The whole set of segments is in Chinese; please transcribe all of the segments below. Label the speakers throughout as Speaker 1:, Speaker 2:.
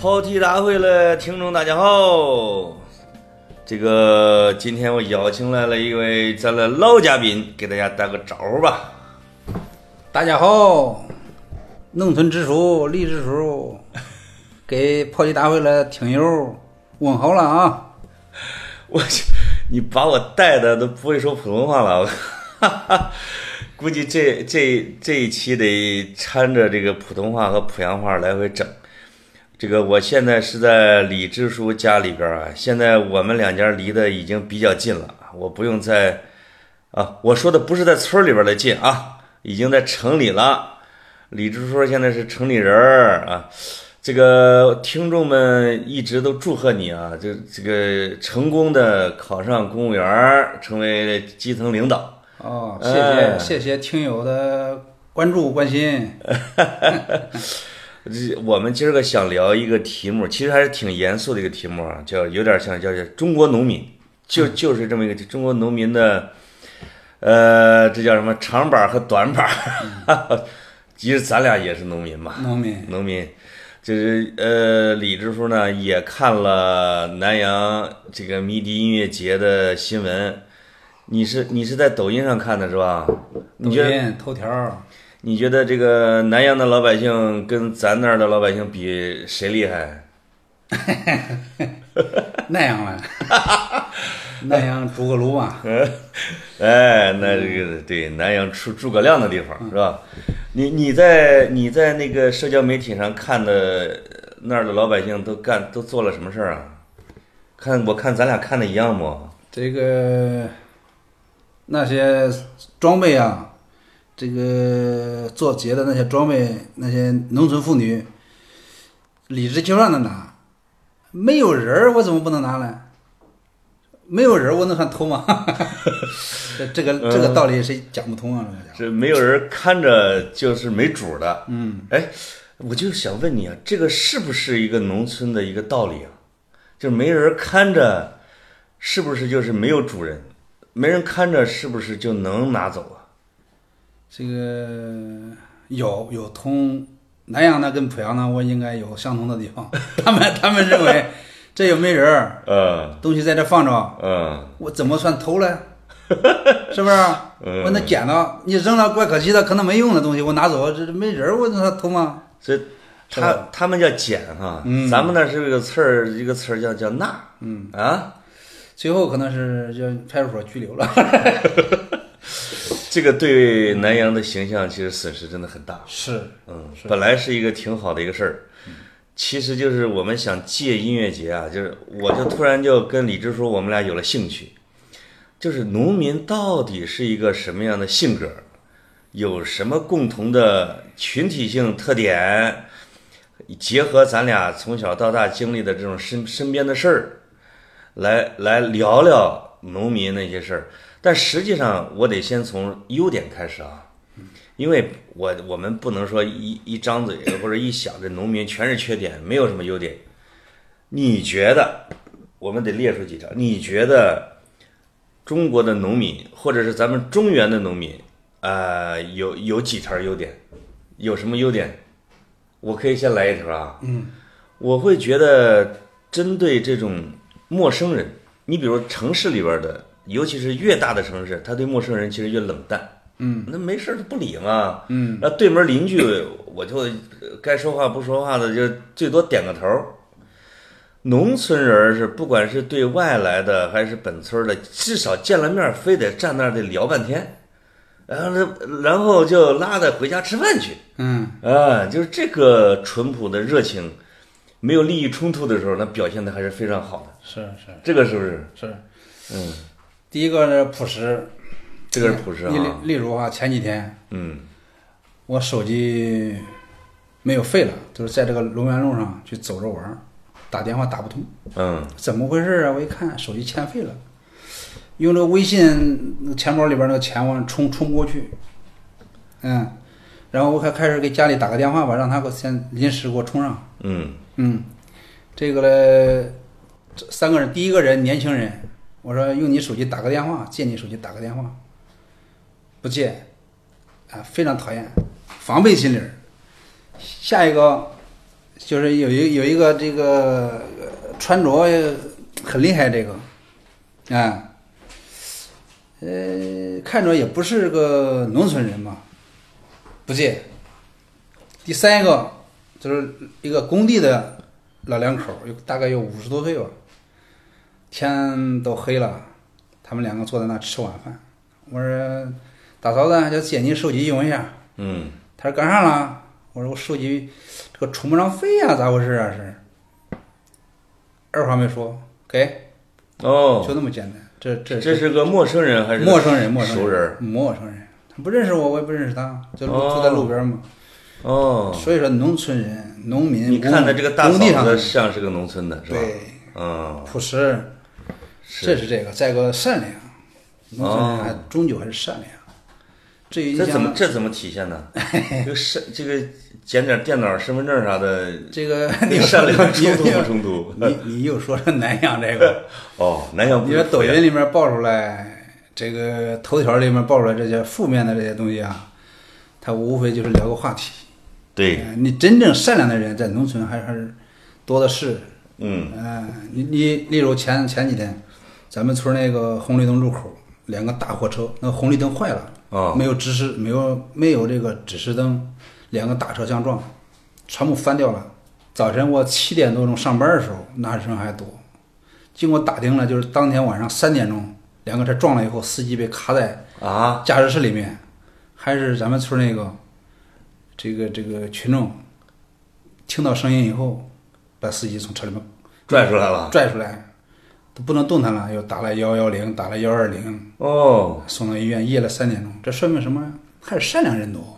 Speaker 1: 跑题大会的听众大家好，这个今天我邀请来了一位咱的老嘉宾，给大家打个招呼吧。
Speaker 2: 大家好，农村支书李支书，给破题大会的听友问好了啊！
Speaker 1: 我去，你把我带的都不会说普通话了，哈哈。 估计这这这一期得掺着这个普通话和濮阳话来回整。这个我现在是在李支书家里边啊，现在我们两家离得已经比较近了，我不用再啊，我说的不是在村里边的近啊，已经在城里了。李支书现在是城里人儿啊，这个听众们一直都祝贺你啊，这这个成功的考上公务员儿，成为基层领导。
Speaker 2: 哦，谢谢、
Speaker 1: 哎
Speaker 2: 谢谢听友的关注关心。
Speaker 1: 这我们今儿个想聊一个题目，其实还是挺严肃的一个题目啊，叫有点像叫中国农民，就就是这么一个中国农民的，呃，这叫什么长板儿和短板儿， 其实咱俩也是农民嘛，
Speaker 2: 农民
Speaker 1: 农民，就是呃，李支书呢也看了南阳这个迷笛音乐节的新闻，你是你是在抖音上看的是吧？
Speaker 2: 抖
Speaker 1: 你觉得
Speaker 2: 音头条儿，
Speaker 1: 你觉得这个南阳的老百姓跟咱那儿的老百姓比谁厉害？
Speaker 2: 那样了，那样煮个炉嘛。
Speaker 1: 哎，那这个对南阳出诸葛亮的地方是吧？你你在你在那个社交媒体上看的那儿的老百姓都干都做了什么事儿啊？看我看咱俩看的一样不？
Speaker 2: 这个那些装备啊，这个做节的那些装备，那些农村妇女理直气壮的拿，没有人儿我怎么不能拿呢？没有人儿我能还偷吗？ 这这个这个道理谁讲不通啊？这个
Speaker 1: 这没有人看着就是没主儿的。嗯，哎，我就想问你啊，这个是不是一个农村的一个道理啊？就是没人看着，是不是就是没有主人？没人看着，是不是就能拿走啊？
Speaker 2: 这个有有同南阳呢跟濮阳呢，我应该有相同的地方。 他们他们认为这又没人儿，
Speaker 1: 嗯
Speaker 2: 东西在这放着，
Speaker 1: 嗯
Speaker 2: 我怎么 算偷了？是不是？
Speaker 1: 嗯
Speaker 2: 我那捡了，你扔了怪可惜的，可能没用的东西，我拿走，这这没人儿，我能偷吗？
Speaker 1: 所以
Speaker 2: 是
Speaker 1: 他他们叫捡哈、
Speaker 2: 嗯
Speaker 1: 咱们那是有个词儿，一个词儿叫叫纳，嗯啊，
Speaker 2: 最后可能是就派出所拘留了。
Speaker 1: 这个对南阳的形象其实损失真的很大。
Speaker 2: 是，
Speaker 1: 嗯，
Speaker 2: 是
Speaker 1: 本来是一个挺好的一个事儿，其实就是我们想借音乐节啊，就是我就突然就跟李支书我们俩有了兴趣，就是农民到底是一个什么样的性格，有什么共同的群体性特点，结合咱俩从小到大经历的这种身身边的事儿，来来聊聊农民那些事儿。但实际上，我得先从优点开始啊。因为我我们不能说一一张嘴或者一想这农民全是缺点，没有什么优点。你觉得，我们得列出几条？你觉得中国的农民，或者是咱们中原的农民，呃，有有几条优点？有什么优点？我可以先来一条啊。
Speaker 2: 嗯，
Speaker 1: 我会觉得针对这种陌生人，你比如城市里边的，尤其是越大的城市，他对陌生人其实越冷淡。
Speaker 2: 嗯
Speaker 1: 那没事儿他不理嘛。
Speaker 2: 嗯，
Speaker 1: 那对门邻居，我就呃该说话不说话的，就最多点个头儿。农村人儿是，不管是对外来的还是本村儿的，至少见了面儿非得站那儿得聊半天，然后呢然后就拉着回家吃饭去。
Speaker 2: 嗯，
Speaker 1: 啊，就是这个淳朴的热情，没有利益冲突的时候，那表现的还是非常好的。
Speaker 2: 是是
Speaker 1: 这个是不是？
Speaker 2: 是。
Speaker 1: 嗯，
Speaker 2: 第一个是朴实，
Speaker 1: 这个是朴实
Speaker 2: 你
Speaker 1: 啊。
Speaker 2: 例例如啊，前几天
Speaker 1: 嗯
Speaker 2: 我手机没有费了，就是在这个龙源路上去走着玩儿，打电话打不通。
Speaker 1: 嗯
Speaker 2: 怎么回事啊？我一看手机欠费了，用这个微信那个钱包里边那个钱往充充不过去，嗯，然后我还开始给家里打个电话吧，让他给我先临时给我充上，
Speaker 1: 嗯
Speaker 2: 嗯，这个嘞，这三个人，第一个人年轻人，我说用你手机打个电话，借你手机打个电话，不借，啊，非常讨厌，防备心理儿。下一个就是有一有一个这个呃穿着很厉害，这个，啊，呃，看着也不是个农村人嘛，不借。第三个就是一个工地的老两口，有大概有五十多岁吧，天都黑了，他们两个坐在那吃晚饭。我说打嫂子，叫姐你手机用一下。
Speaker 1: 嗯，
Speaker 2: 他说干啥了？我说我手机这个充不上费呀、咋回事啊？是，二话没说，给，
Speaker 1: 哦，
Speaker 2: 就那么简单。这这
Speaker 1: 这是个陌生人还是
Speaker 2: 陌生人，陌生
Speaker 1: 熟人
Speaker 2: 人，陌生人，他不认识我，我也不认识他，就路住在路边嘛。
Speaker 1: 哦，
Speaker 2: 所以说，农村人、农民，
Speaker 1: 你看
Speaker 2: 工
Speaker 1: 的这个大
Speaker 2: 工地上
Speaker 1: 嫂
Speaker 2: 的
Speaker 1: 子像是个农村的，是吧？
Speaker 2: 对，
Speaker 1: 嗯，
Speaker 2: 朴实，
Speaker 1: 是
Speaker 2: 这是这个。再一个善良，农村人
Speaker 1: 哦
Speaker 2: 还终究还是善良。至于
Speaker 1: 这
Speaker 2: 你
Speaker 1: 怎么
Speaker 2: 像
Speaker 1: 这怎么体现 呢？这个是这个捡点电脑、身份证啥的，
Speaker 2: 这个，你
Speaker 1: 跟
Speaker 2: 又
Speaker 1: 善良
Speaker 2: 你
Speaker 1: 冲突不
Speaker 2: 又
Speaker 1: 冲突？
Speaker 2: 你你又说这南阳这个。
Speaker 1: 哦，南阳不
Speaker 2: 你
Speaker 1: 是
Speaker 2: 说抖
Speaker 1: 这样
Speaker 2: 音里面爆出来，这个头条里面爆出来这些负面的这些东西啊，它无非就是聊个话题。
Speaker 1: 对，
Speaker 2: 呃你真正善良的人在农村还还是多的是。
Speaker 1: 嗯，
Speaker 2: 嗯，你你例如前前几天，咱们村那个红绿灯路口两个大货车，那红绿灯坏了，
Speaker 1: 哦
Speaker 2: 没有指示，没有没有这个指示灯，两个大车相撞，全部翻掉了。早晨我七点多钟上班的时候，那人还多。经过打听了，就是当天晚上三点钟，两个车撞了以后，司机被卡在
Speaker 1: 啊，
Speaker 2: 驾驶室里面，还是咱们村那个这个这个群众听到声音以后，把司机从车里面
Speaker 1: 拽出来了。
Speaker 2: 拽出来，都不能动弹了，又打了幺幺零，打了幺二零，
Speaker 1: 哦，
Speaker 2: 送到医院，夜了三点钟，这说明什么呀？还是善良人多。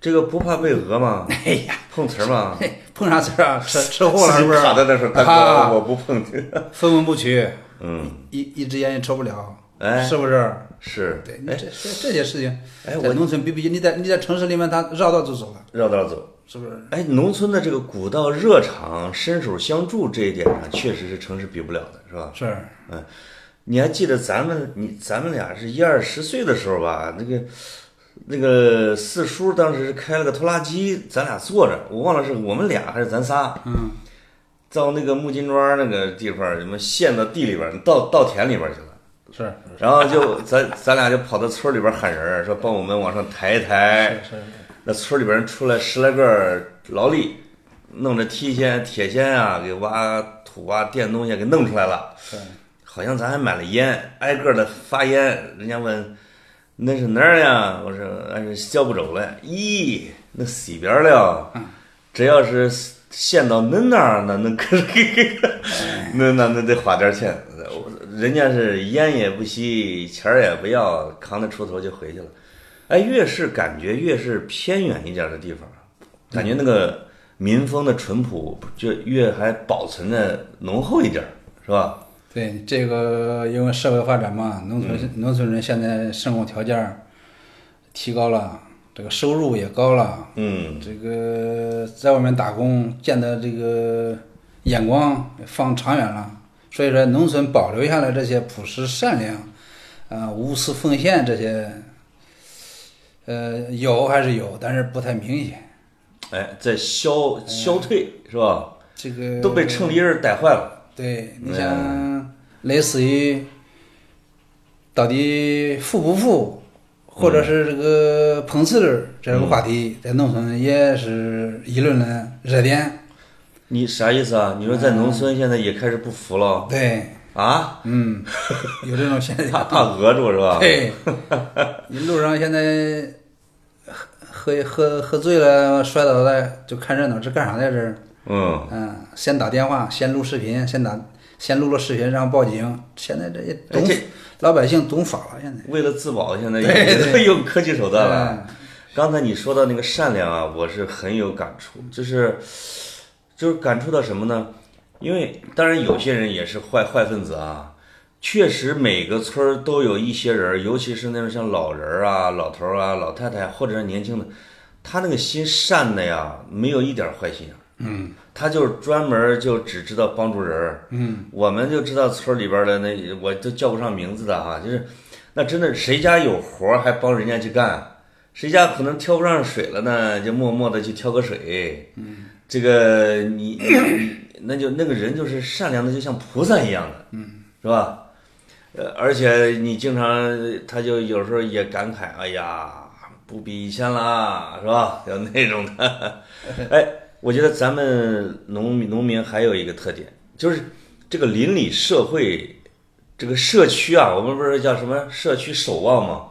Speaker 1: 这个不怕被讹吗？
Speaker 2: 哎呀，
Speaker 1: 碰瓷儿 吗？
Speaker 2: 嘿，碰啥词儿啊？ 车车祸了是不是？
Speaker 1: 卡在那时候，大
Speaker 2: 啊
Speaker 1: 哥， 我不碰这个。
Speaker 2: 分文不取，
Speaker 1: 嗯，
Speaker 2: 一一支烟也抽不了，
Speaker 1: 哎
Speaker 2: 是不是？
Speaker 1: 是，
Speaker 2: 对，你
Speaker 1: 哎，
Speaker 2: 这这这些事情，
Speaker 1: 哎
Speaker 2: 在
Speaker 1: 我
Speaker 2: 农村比比，你在你在城市里面，他绕道就走了，
Speaker 1: 绕道走。
Speaker 2: 是不是？
Speaker 1: 哎，农村的这个古道热肠、伸手相助这一点上，确实是城市比不了的，是吧？
Speaker 2: 是，
Speaker 1: 你还记得咱们你咱们俩是一二十岁的时候吧？那个那个四叔当时是开了个拖拉机，咱俩坐着，我忘了是我们俩还是咱仨
Speaker 2: 嗯，
Speaker 1: 到那个木金庄那个地方，什么陷到地里边儿，到稻田里边儿去了。
Speaker 2: 是
Speaker 1: 然后就 咱咱俩就跑到村里边喊人儿，说帮我们往上抬一抬。
Speaker 2: 是是，
Speaker 1: 那村里边人出来十来个劳力，弄着梯锨、铁锨啊，给挖土啊、垫东西给弄出来了。
Speaker 2: 是
Speaker 1: 好像咱还买了烟，挨个的发烟。人家问那是哪儿呀？我说俺是小不周嘞。咦，那西边儿了。只要是县到恁那儿，那那可那那那得花点钱。我人家是烟也不吸，钱儿也不要，扛着锄头就回去了。哎，越是感觉越是偏远一点的地方，感觉那个民风的淳朴就越还保存着浓厚一点儿，是吧？
Speaker 2: 对这个，因为社会发展嘛，农
Speaker 1: 嗯
Speaker 2: 村、农村人现在生活条件儿提高了，这个收入也高了，
Speaker 1: 嗯，
Speaker 2: 这个在外面打工见的这个眼光放长远了，所以说农村保留下来这些朴实善良，呃，无私奉献这些，呃，有还是有，但是不太明显。
Speaker 1: 哎，在消消退是吧？
Speaker 2: 这个
Speaker 1: 都被城里人带坏了。
Speaker 2: 对你像类似于到底富不富，或者是这个碰瓷儿这个话题，在农村也是议论的热点。
Speaker 1: 你啥意思啊？你说在农村现在也开始不服了
Speaker 2: 对，
Speaker 1: 啊？
Speaker 2: 嗯，有这种现
Speaker 1: 怕
Speaker 2: 象。
Speaker 1: 怕讹住是吧？
Speaker 2: 对，你路上现在喝喝喝喝醉了，摔倒在就看热闹，这干啥来着？
Speaker 1: 嗯，
Speaker 2: 嗯，先打电话，先录视频，先打，先录了视频，然后报警。现在这也懂，
Speaker 1: 哎这
Speaker 2: 老百姓懂法了，现在。
Speaker 1: 为了自保，现在
Speaker 2: 对对
Speaker 1: 也 用科技手段了。
Speaker 2: 哎
Speaker 1: 刚才你说到那个善良啊，我是很有感触，就是就是感触到什么呢？因为当然有些人也是坏坏分子啊，确实每个村儿都有一些人儿，尤其是那种像老人儿啊、老头儿啊、老太太啊或者是年轻的，他那个心善的呀，没有一点儿坏心眼儿。嗯，他就是专门儿就只知道帮助人儿。嗯，我们就知道村儿里边儿的那我都叫不上名字的哈，就是那真的谁家有活儿还帮人啊家去干。谁家可能挑不上水了呢，就默默的去挑个水。嗯，这个你你那就那个人就是善良的，就像菩萨一样的，嗯，是吧？呃，而且你经常他就有时候也感慨，哎呀，不比以前啦，是吧？有那种的。 哎，我觉得咱们农民农民还有一个特点，就是这个邻里社会，这个社区啊，我们不是叫什么社区守望吗？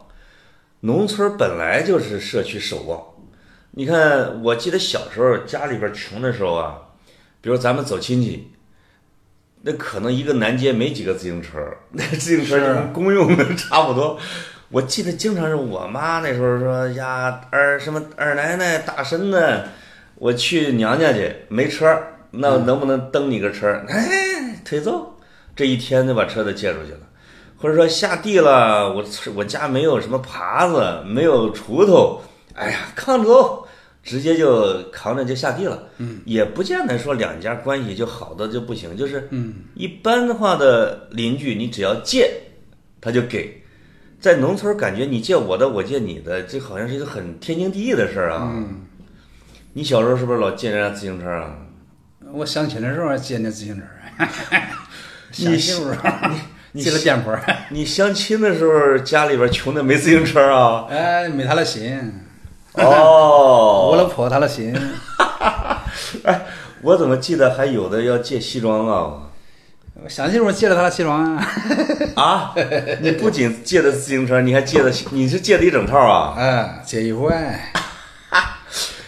Speaker 1: 农村本来就是社区守望。你看，我记得小时候家里边穷的时候啊，比如咱们走亲戚，那可能一个南街没几个自行车，那自行车就是公用的， 差不多。我记得经常是我妈那时候说呀，二什么二奶奶大婶子，我去娘家去没车，那我能不能蹬你个车？哎，推走，这一天就把车都借出去了。或者说下地了，我我家没有什么耙子，没有锄头，哎呀，扛走，直接就扛着就下地了。嗯，也不见得说两家关系就好的就不行，就是嗯，一般的话的邻居，你只要借，他就给。在农村儿感觉你借我的，我借你的，这好像是一个很天经地义的事儿啊。嗯，你小时候是不是老借人家自行车啊？
Speaker 2: 我想起来的时候还借那自行车 儿，想
Speaker 1: 你
Speaker 2: 媳妇
Speaker 1: 你
Speaker 2: 借了电坡儿，
Speaker 1: 你相亲的时候家里边穷的没自行车啊？
Speaker 2: 哎，没他的心，
Speaker 1: 哦，
Speaker 2: 我老婆他的心。
Speaker 1: 哎，我怎么记得还有的要借西装啊？
Speaker 2: 我想媳妇借了他的西 装啊，
Speaker 1: 啊，你不仅借的自行车，你还借的，你是借的一整套啊？
Speaker 2: 哎，借一回。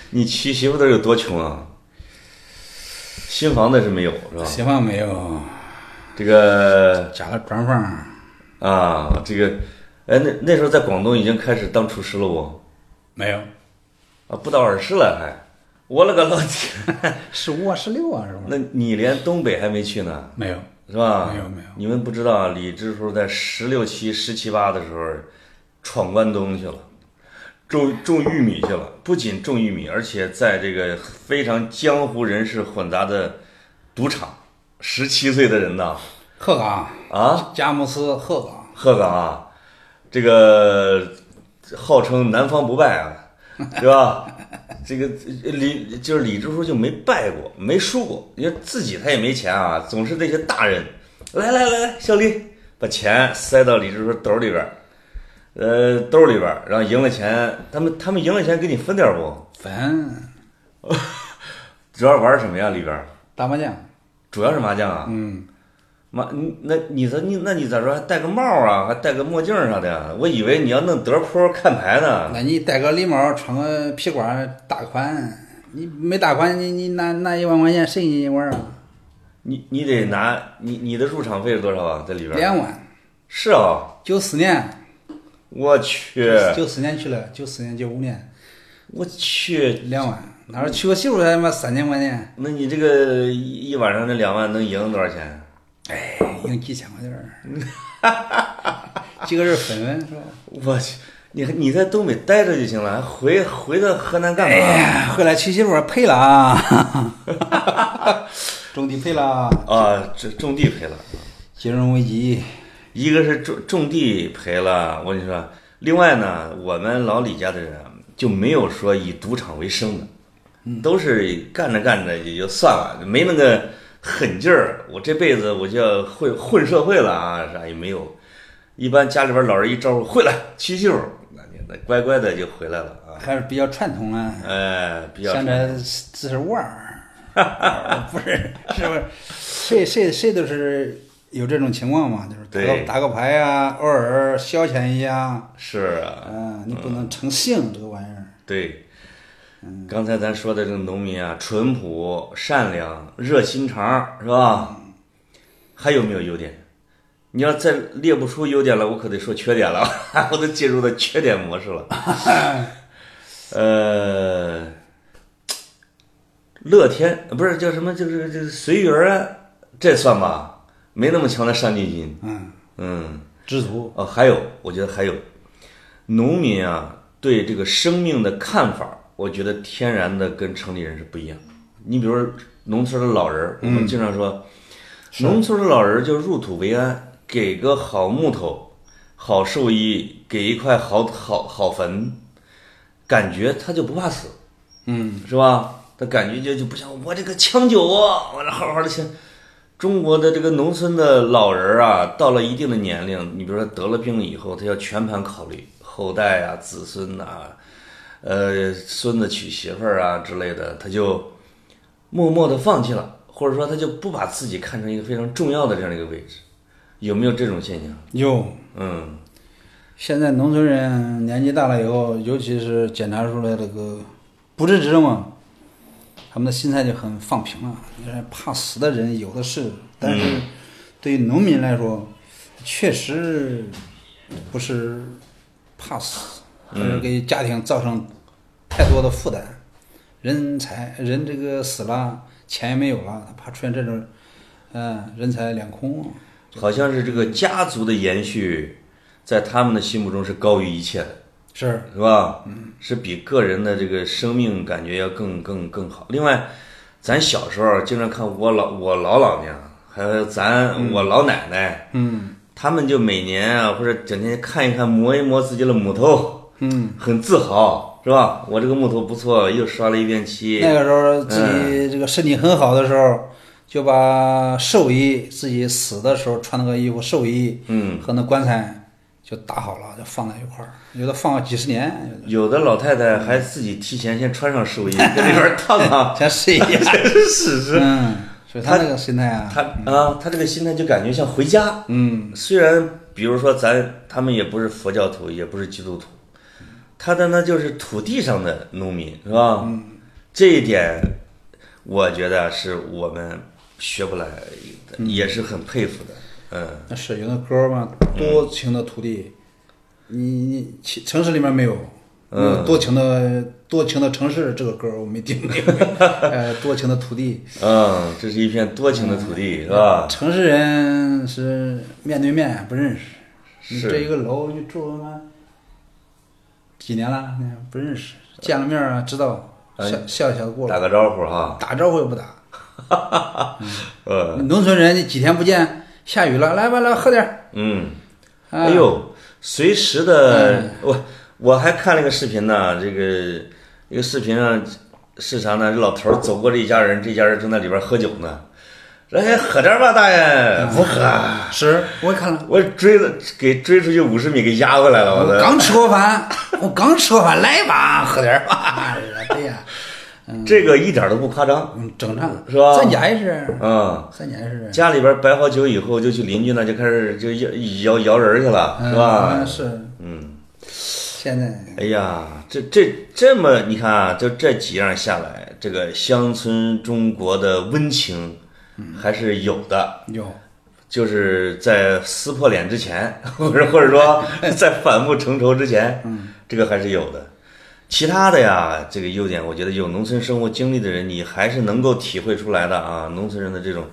Speaker 1: 你娶媳妇的时候有多穷啊？新房子是没有是吧？
Speaker 2: 西方没有，
Speaker 1: 这个
Speaker 2: 加了砖房
Speaker 1: 啊，这个，哎，那那时候在广东已经开始当厨师了不？
Speaker 2: 没有，
Speaker 1: 啊，不到二十了还，我勒个老天！
Speaker 2: 十五啊，十六啊，是吧？
Speaker 1: 那你连东北还没去呢？
Speaker 2: 没有，
Speaker 1: 是吧？
Speaker 2: 没有没有
Speaker 1: 你们不知道，李支书在十六七、十七八的时候，闯关东去了，种种玉米去了。不仅种玉米，而且在这个非常江湖人士混杂的赌场，十七岁的人呐，
Speaker 2: 鹤岗
Speaker 1: 啊，，
Speaker 2: 佳木斯鹤岗，
Speaker 1: 鹤岗啊，这个号称南方不败啊，对吧？这个呃李就是李支书就没败过，没输过，因为自己他也没钱啊，总是那些大人，来来来来，小李把钱塞到李支书兜里边儿，呃，兜里边儿，然后赢了钱，他们他们赢了钱给你分点儿不？
Speaker 2: 分
Speaker 1: 主要玩什么呀？里边儿
Speaker 2: 打麻将，
Speaker 1: 主要是麻将啊，
Speaker 2: 嗯，
Speaker 1: 妈，你那你咋你那你咋说还戴个帽儿啊，还戴个墨镜儿啥的呀？我以为你要弄德扑看牌呢。
Speaker 2: 那你戴个礼帽，穿个皮管，打款，你没打款，你你拿拿一万块钱，谁给你玩啊？
Speaker 1: 你你得拿你你的入场费是多少啊？在里边儿
Speaker 2: 两万，
Speaker 1: 是啊，
Speaker 2: 九四年，
Speaker 1: 我去，
Speaker 2: 九四年去了，九四年九五年，
Speaker 1: 我去，
Speaker 2: 两万，那时候娶个媳妇才他妈三千块钱，
Speaker 1: 那你这个一一晚上这两万能赢多少钱？啊
Speaker 2: 哎，赢几千块钱儿，几个人分分是吧？
Speaker 1: 我去，你你在东北待着就行了，还回回到河南干嘛？
Speaker 2: 哎呀，后来娶媳妇儿赔了啊， 种地赔了，
Speaker 1: 啊，这种地赔了，
Speaker 2: 金融危机，
Speaker 1: 一个是种种地赔了，我跟你说，另外呢，我们老李家的人啊就没有说以赌场为生的，都是干着干着也就算了，没那个狠劲儿。我这辈子我就要混混社会了啊，啥也没有。一般家里边老人一招呼回来娶媳妇儿，那你那乖乖的就回来了啊。
Speaker 2: 还是比较传统啊。
Speaker 1: 哎，比较
Speaker 2: 现在只是玩儿， 不是，是不是？谁谁谁都是有这种情况嘛，就是打
Speaker 1: 对
Speaker 2: 个打个牌啊，偶尔消遣一下，
Speaker 1: 是啊，
Speaker 2: 嗯、你不能成性这个玩意儿。
Speaker 1: 对，刚才咱说的这个农民啊，淳朴、善良、热心肠，是吧？还有没有优点？你要再列不出优点来，我可得说缺点了， 我都进入到缺点模式了。呃，乐天呃不是叫什么，就是就是随缘啊，这算吧，没那么强的上进心。
Speaker 2: 嗯，
Speaker 1: 嗯。
Speaker 2: 知足，
Speaker 1: 哦，还有，我觉得还有，农民啊，对这个生命的看法，我觉得天然的跟城里人是不一样。你比如说农村的老人儿，我们经常说，农村的老人儿就入土为安，给个好木头、好寿衣，给一块好好好坟，感觉他就不怕死，
Speaker 2: 嗯，
Speaker 1: 是吧？的感觉就就不像我这个枪酒啊，我这好好的枪。中国的这个农村的老人儿啊，到了一定的年龄，你比如说得了病以后，他要全盘考虑后代啊、子孙呐、呃，孙子娶媳妇儿啊之类的，他就默默的放弃了，或者说他就不把自己看成一个非常重要的这样的一个位置，有没有这种现象？
Speaker 2: 有，
Speaker 1: 嗯，
Speaker 2: 现在农村人年纪大了以后，尤其是检查出来这个不治之症啊，他们的心态就很放平了。你看，怕死的人有的是，但是对于农民来说，确实不是怕死，而是给家庭造成太多的负担。人才人这个死了，钱也没有了，他怕出现这种，嗯，人财两空啊。
Speaker 1: 好像是这个家族的延续，在他们的心目中是高于一切的。
Speaker 2: 是，
Speaker 1: 是吧？嗯，是比个人的这个生命感觉要更更更好。另外，咱小时候经常看我老我老老娘，还有咱、我老奶奶，
Speaker 2: 嗯
Speaker 1: 他们就每年啊或者整天看一看磨一磨自己的木头，
Speaker 2: 嗯。
Speaker 1: 很自豪，是吧？我这个木头不错，又刷了一遍漆。
Speaker 2: 那个时候
Speaker 1: 嗯
Speaker 2: 自己这个身体很好的时候，就把寿衣自己死的时候穿那个衣服寿衣
Speaker 1: 嗯，
Speaker 2: 和那棺材就搭好了，就放在一块儿，有的放了几十 年，
Speaker 1: 有的老太太还自己提前先穿上寿衣，跟里边烫啊烫，
Speaker 2: 先试一下。
Speaker 1: 是是。
Speaker 2: 嗯，所以他那个心态啊，
Speaker 1: 他啊，他这个心态就感觉像回家，
Speaker 2: 嗯，
Speaker 1: 虽然比如说咱他们也不是佛教徒，也不是基督徒，他的呢就是土地上的农民，是吧？这一点我觉得是我们学不来的，也是很佩服的。嗯，
Speaker 2: 那是有那歌儿嘛，多情的土地，你你其城市里面没有，没
Speaker 1: 嗯
Speaker 2: 有多情的多情的城市这个歌儿我没听 过，呃，多情的土地。
Speaker 1: 嗯，这是一片多情的土地，是吧？
Speaker 2: 城市人是面对面不认识，你
Speaker 1: 是
Speaker 2: 这一个楼你住他妈几年了，你不认识，见了面啊知道，笑笑一笑就过了，
Speaker 1: 哎打个招呼哈，
Speaker 2: 打招呼也不打。
Speaker 1: 呃，
Speaker 2: 农村人你几天不见，下雨了，来吧来吧喝点儿，
Speaker 1: 嗯，
Speaker 2: 啊
Speaker 1: 哎呦，随时
Speaker 2: 哎
Speaker 1: 的，我我还看了个视频呢，这个一个视频上是啥呢？这老头儿走过这一家人，这家人正在里边喝酒呢，说：“哎，喝点儿吧，大爷，
Speaker 2: 哎
Speaker 1: 不喝。
Speaker 2: 是，我也看了，”
Speaker 1: 我追了，给追出去五十米，给压回来了，我
Speaker 2: 我
Speaker 1: 的。
Speaker 2: 刚吃过 饭，我刚吃过饭，来吧喝点儿吧，对呀，
Speaker 1: 嗯这个一点都不夸张，
Speaker 2: 嗯，正常
Speaker 1: 是吧
Speaker 2: 咱家也是，
Speaker 1: 嗯。
Speaker 2: 咱家也是，
Speaker 1: 家里边摆好酒以后，就去邻居那就开始就摇摇摇人儿去了，是吧？
Speaker 2: 嗯是，嗯，现在。
Speaker 1: 哎呀，这这这么，你看啊，就这几样下来，这个乡村中国的温情还是有的，
Speaker 2: 有，
Speaker 1: 就是在撕破脸之前，或者或者说在反目成仇之前，这个还是有的。其他的呀，这个优点，我觉得有农村生活经历的人，你还是能够体会出来的啊。农村人的这种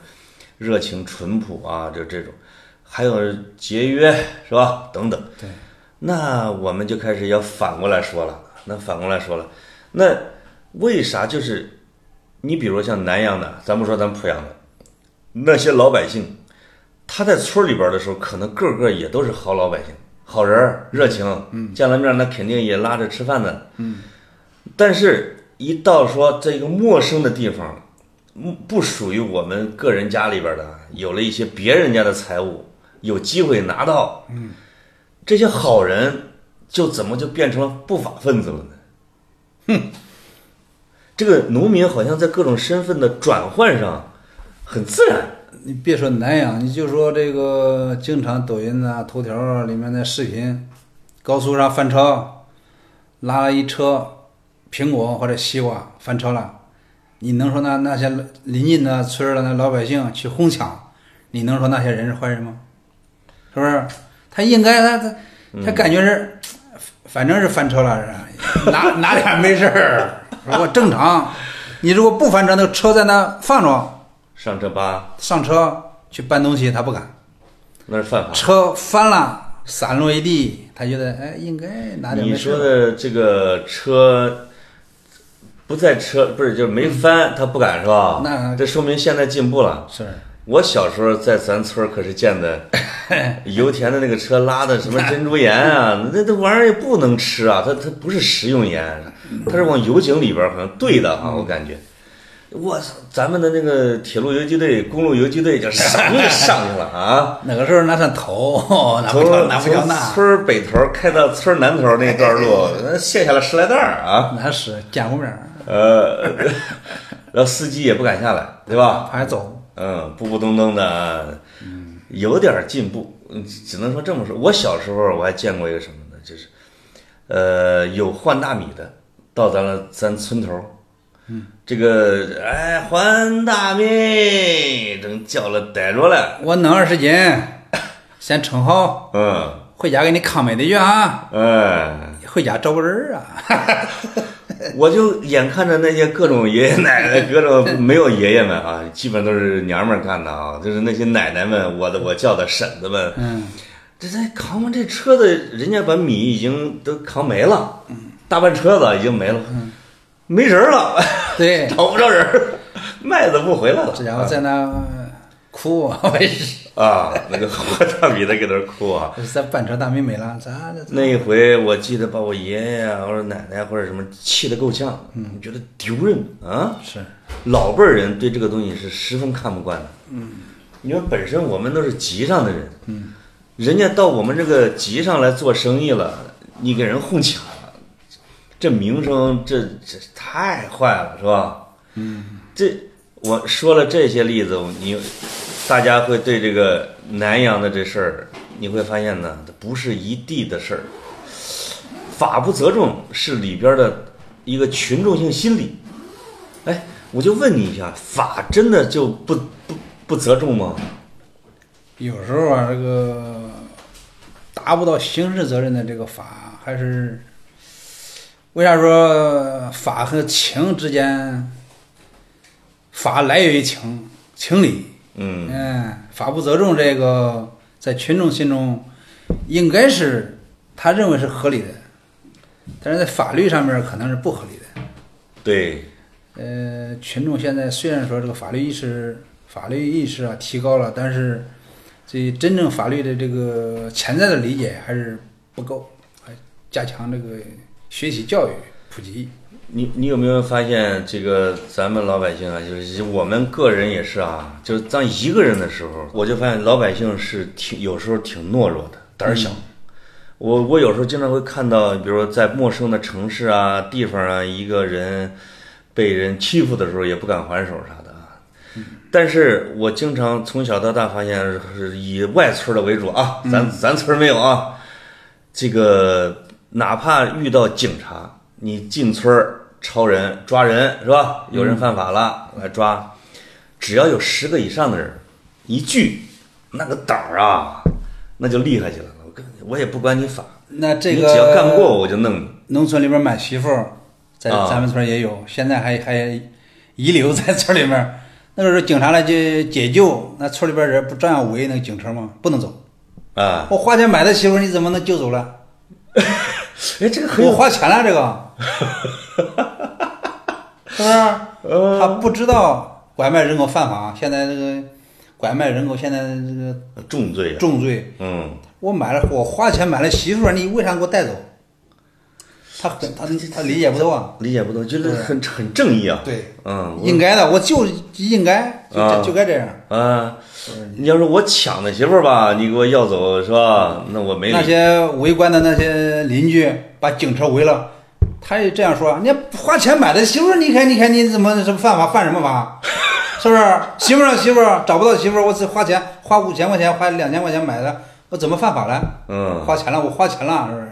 Speaker 1: 热情、淳朴啊，就这种，还有节约是吧？等等。
Speaker 2: 对，
Speaker 1: 那我们就开始要反过来说了。那反过来说了，那为啥就是你比如像南阳的，咱不说咱濮阳的那些老百姓，他在村里边的时候，可能个个也都是好老百姓、好人儿、热情，嗯，见了面那肯定也拉着吃饭的，嗯，但是一到说这个陌生的地方。嗯不属于我们个人家里边的，有了一些别人家的财物，有机会拿到，这些好人就怎么就变成了不法分子了呢？哼，这个农民好像在各种身份的转换上很自然。
Speaker 2: 你别说南阳，你就说这个经常抖音呐、头条啊里面的视频，高速上翻车，拉了一车苹果或者西瓜翻车了，你能说那那些邻近的村儿的那老百姓去哄抢，你能说那些人是坏人吗？是不是？他应该他他他感觉是，反正是翻车了，是吧拿拿点没事儿， 如果正常，你如果不翻车，那个车在那放着。
Speaker 1: 上车吧，
Speaker 2: 上车去搬东西，他不敢。
Speaker 1: 那是犯法。
Speaker 2: 车翻了，散落一地，他觉得哎，应该拿点
Speaker 1: 你
Speaker 2: 没事
Speaker 1: 说
Speaker 2: 儿。
Speaker 1: 的这个车不在车，不是就是没翻，他不敢是吧？
Speaker 2: 嗯那
Speaker 1: 这说明现在进步了。
Speaker 2: 是，
Speaker 1: 我小时候在咱村儿可是见 的油田的那个车拉的什么珍珠盐
Speaker 2: 嗯
Speaker 1: 啊，那那玩意儿也
Speaker 2: 嗯
Speaker 1: 不能吃啊，它它不是食用盐，它是往油井里边儿好像兑的哈、我感觉我操，咱们的那个铁路游击队、公路游击队就 上就上去了啊！
Speaker 2: 哪个时候拿上头， 拿不
Speaker 1: 从
Speaker 2: 着拿不着
Speaker 1: 从
Speaker 2: 那，
Speaker 1: 村儿北头开到村儿南头那段路，那卸下了十来袋儿啊，
Speaker 2: 那是见过面儿，
Speaker 1: 呃，然后司机也不敢下来，对吧？
Speaker 2: 还走，
Speaker 1: 嗯，步步登登的，有点进步，嗯只能说这么说。我小时候我还见过一个什么呢，就是，呃，有换大米的到咱了咱村头，嗯，这个哎还大米，正叫了逮着了，
Speaker 2: 我弄二十斤，先称好，
Speaker 1: 嗯，
Speaker 2: 回家给你康美的月啊，
Speaker 1: 哎。
Speaker 2: 回家找个人儿啊，
Speaker 1: 我就眼看着那些各种爷爷奶奶，各种没有爷爷们啊，基本都是娘们儿干的啊，就是那些奶奶们，我的我叫的婶子们，
Speaker 2: 嗯，
Speaker 1: 这在扛完这车子，人家把米已经都扛没了，大半车子已经没了，没人儿了，
Speaker 2: 对，
Speaker 1: 找不着人儿， 麦子不回来了，
Speaker 2: 这家伙在那哭， 我也是，
Speaker 1: 啊，那个和大米的搁那儿哭啊，
Speaker 2: 咱半车大米没了，咋的？
Speaker 1: 那一回我记得把我爷爷啊或者奶奶或者什么气得够呛，嗯，觉得丢人啊，
Speaker 2: 是，
Speaker 1: 老辈儿人对这个东西是十分看不惯的。嗯，因为本身我们都是集上的人，嗯，人家到我们这个集上来做生意了，你给人哄抢了，这名声这这太坏了，是吧？嗯，这我说了这些例子，你大家会对这个南阳的这事儿，你会发现呢，它不是一地的事儿。法不责众是里边的一个群众性心理，哎，我就问你一下，法真的就不不不责众吗？
Speaker 2: 有时候啊，这个达不到刑事责任的这个法，还是为啥说法和情之间，法来源于情，情理，
Speaker 1: 嗯，
Speaker 2: 嗯，法不责众这个在群众心中应该是他认为是合理的，但是在法律上面可能是不合理的。
Speaker 1: 对，
Speaker 2: 呃，群众现在虽然说这个法律意识、法律意识啊提高了，但是对真正法律的这个潜在的理解还是不够，还加强这个学习教育普及。
Speaker 1: 你你有没有发现这个咱们老百姓啊，就是我们个人也是啊，就是当一个人的时候，我就发现老百姓是挺有时候挺懦弱的，胆儿小。我我有时候经常会看到，比如说在陌生的城市啊、地方啊，一个人被人欺负的时候也不敢还手啥的啊。但是我经常从小到大发现是是以外村的为主啊，咱咱村没有啊。这个哪怕遇到警察，你进村儿抄人、抓人是吧？有人犯法了来抓，只要有十个以上的人一聚，那个胆儿啊，那就厉害起来了。我跟我也不管你法，
Speaker 2: 那这
Speaker 1: 你
Speaker 2: 个
Speaker 1: 只要干不过我，我就弄你。
Speaker 2: 农村里边买媳妇儿，在
Speaker 1: 啊
Speaker 2: 咱们村儿也有，现在还还遗留在村儿里面儿。那个时候警察来解解救，那村儿里边儿人不照样围那个警车吗？不能走。
Speaker 1: 啊，
Speaker 2: 我花钱买的媳妇儿，你怎么能救走了？
Speaker 1: 哎，这个很
Speaker 2: 我
Speaker 1: 有，
Speaker 2: 花钱了，这个， 是不是？他不知道拐卖人口犯法，啊现在这个拐卖人口现在这个
Speaker 1: 重罪啊，
Speaker 2: 重罪。
Speaker 1: 嗯，
Speaker 2: 我买了，我花钱买了媳妇儿，你为啥给我带走？他很他他理解不到啊。
Speaker 1: 理解不懂，觉得
Speaker 2: 对
Speaker 1: 很很正义啊。
Speaker 2: 对，
Speaker 1: 嗯，我
Speaker 2: 应该的，我就应该，就、
Speaker 1: 啊
Speaker 2: 就该这样。
Speaker 1: 啊，你要是我抢的媳妇儿吧，你给我要走是吧？那我没
Speaker 2: 那
Speaker 1: 理。
Speaker 2: 些围观的那些邻居把警车围了，他也这样说：“啊你花钱买的媳妇儿，你看，你看你怎么什么犯法，犯什么法？是不是？媳妇儿啊媳妇儿找不到媳妇儿，我只花钱花五千块钱，花两千块钱买的，我怎么犯法了？
Speaker 1: 嗯
Speaker 2: 花钱了，我花钱了，是不是？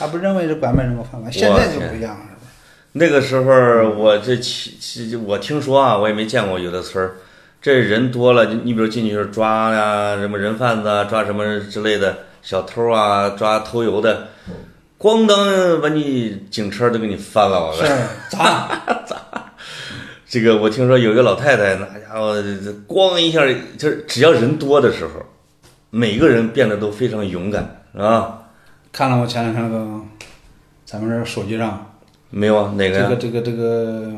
Speaker 2: 他不认为这拐卖人口犯法，现在就不一样了，是吧？
Speaker 1: 那个时候我这起起，我听说啊，我也没见过有的村儿，这人多了，你你比如进去就是抓呀、什么人贩子啊，抓什么之类的小偷啊，抓偷油的，咣当把你警车都给你翻了，我
Speaker 2: 是咋？
Speaker 1: 这个我听说有一个老太太，那家伙这咣一下，就是只要人多的时候，每个人变得都非常勇敢啊。
Speaker 2: 看了我前两天那个，咱们这手机上
Speaker 1: 没有啊，哪个
Speaker 2: 这
Speaker 1: 呀？
Speaker 2: 个这个这个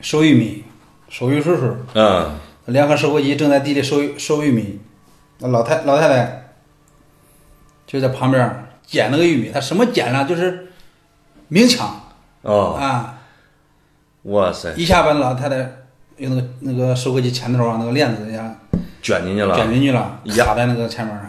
Speaker 2: 收玉米，收玉叔叔。
Speaker 1: 嗯
Speaker 2: 联合收割机正在地里收收玉米，那老太老太太就在旁边儿捡那个玉米，她什么捡呢？就是明抢
Speaker 1: 哦，
Speaker 2: 啊，
Speaker 1: 哇塞，
Speaker 2: 一下班老太太用那个那个收割机钳头啊，那个链子一下
Speaker 1: 卷进去了。啊
Speaker 2: 卷进去了，
Speaker 1: 呀
Speaker 2: 卡在那个前面上。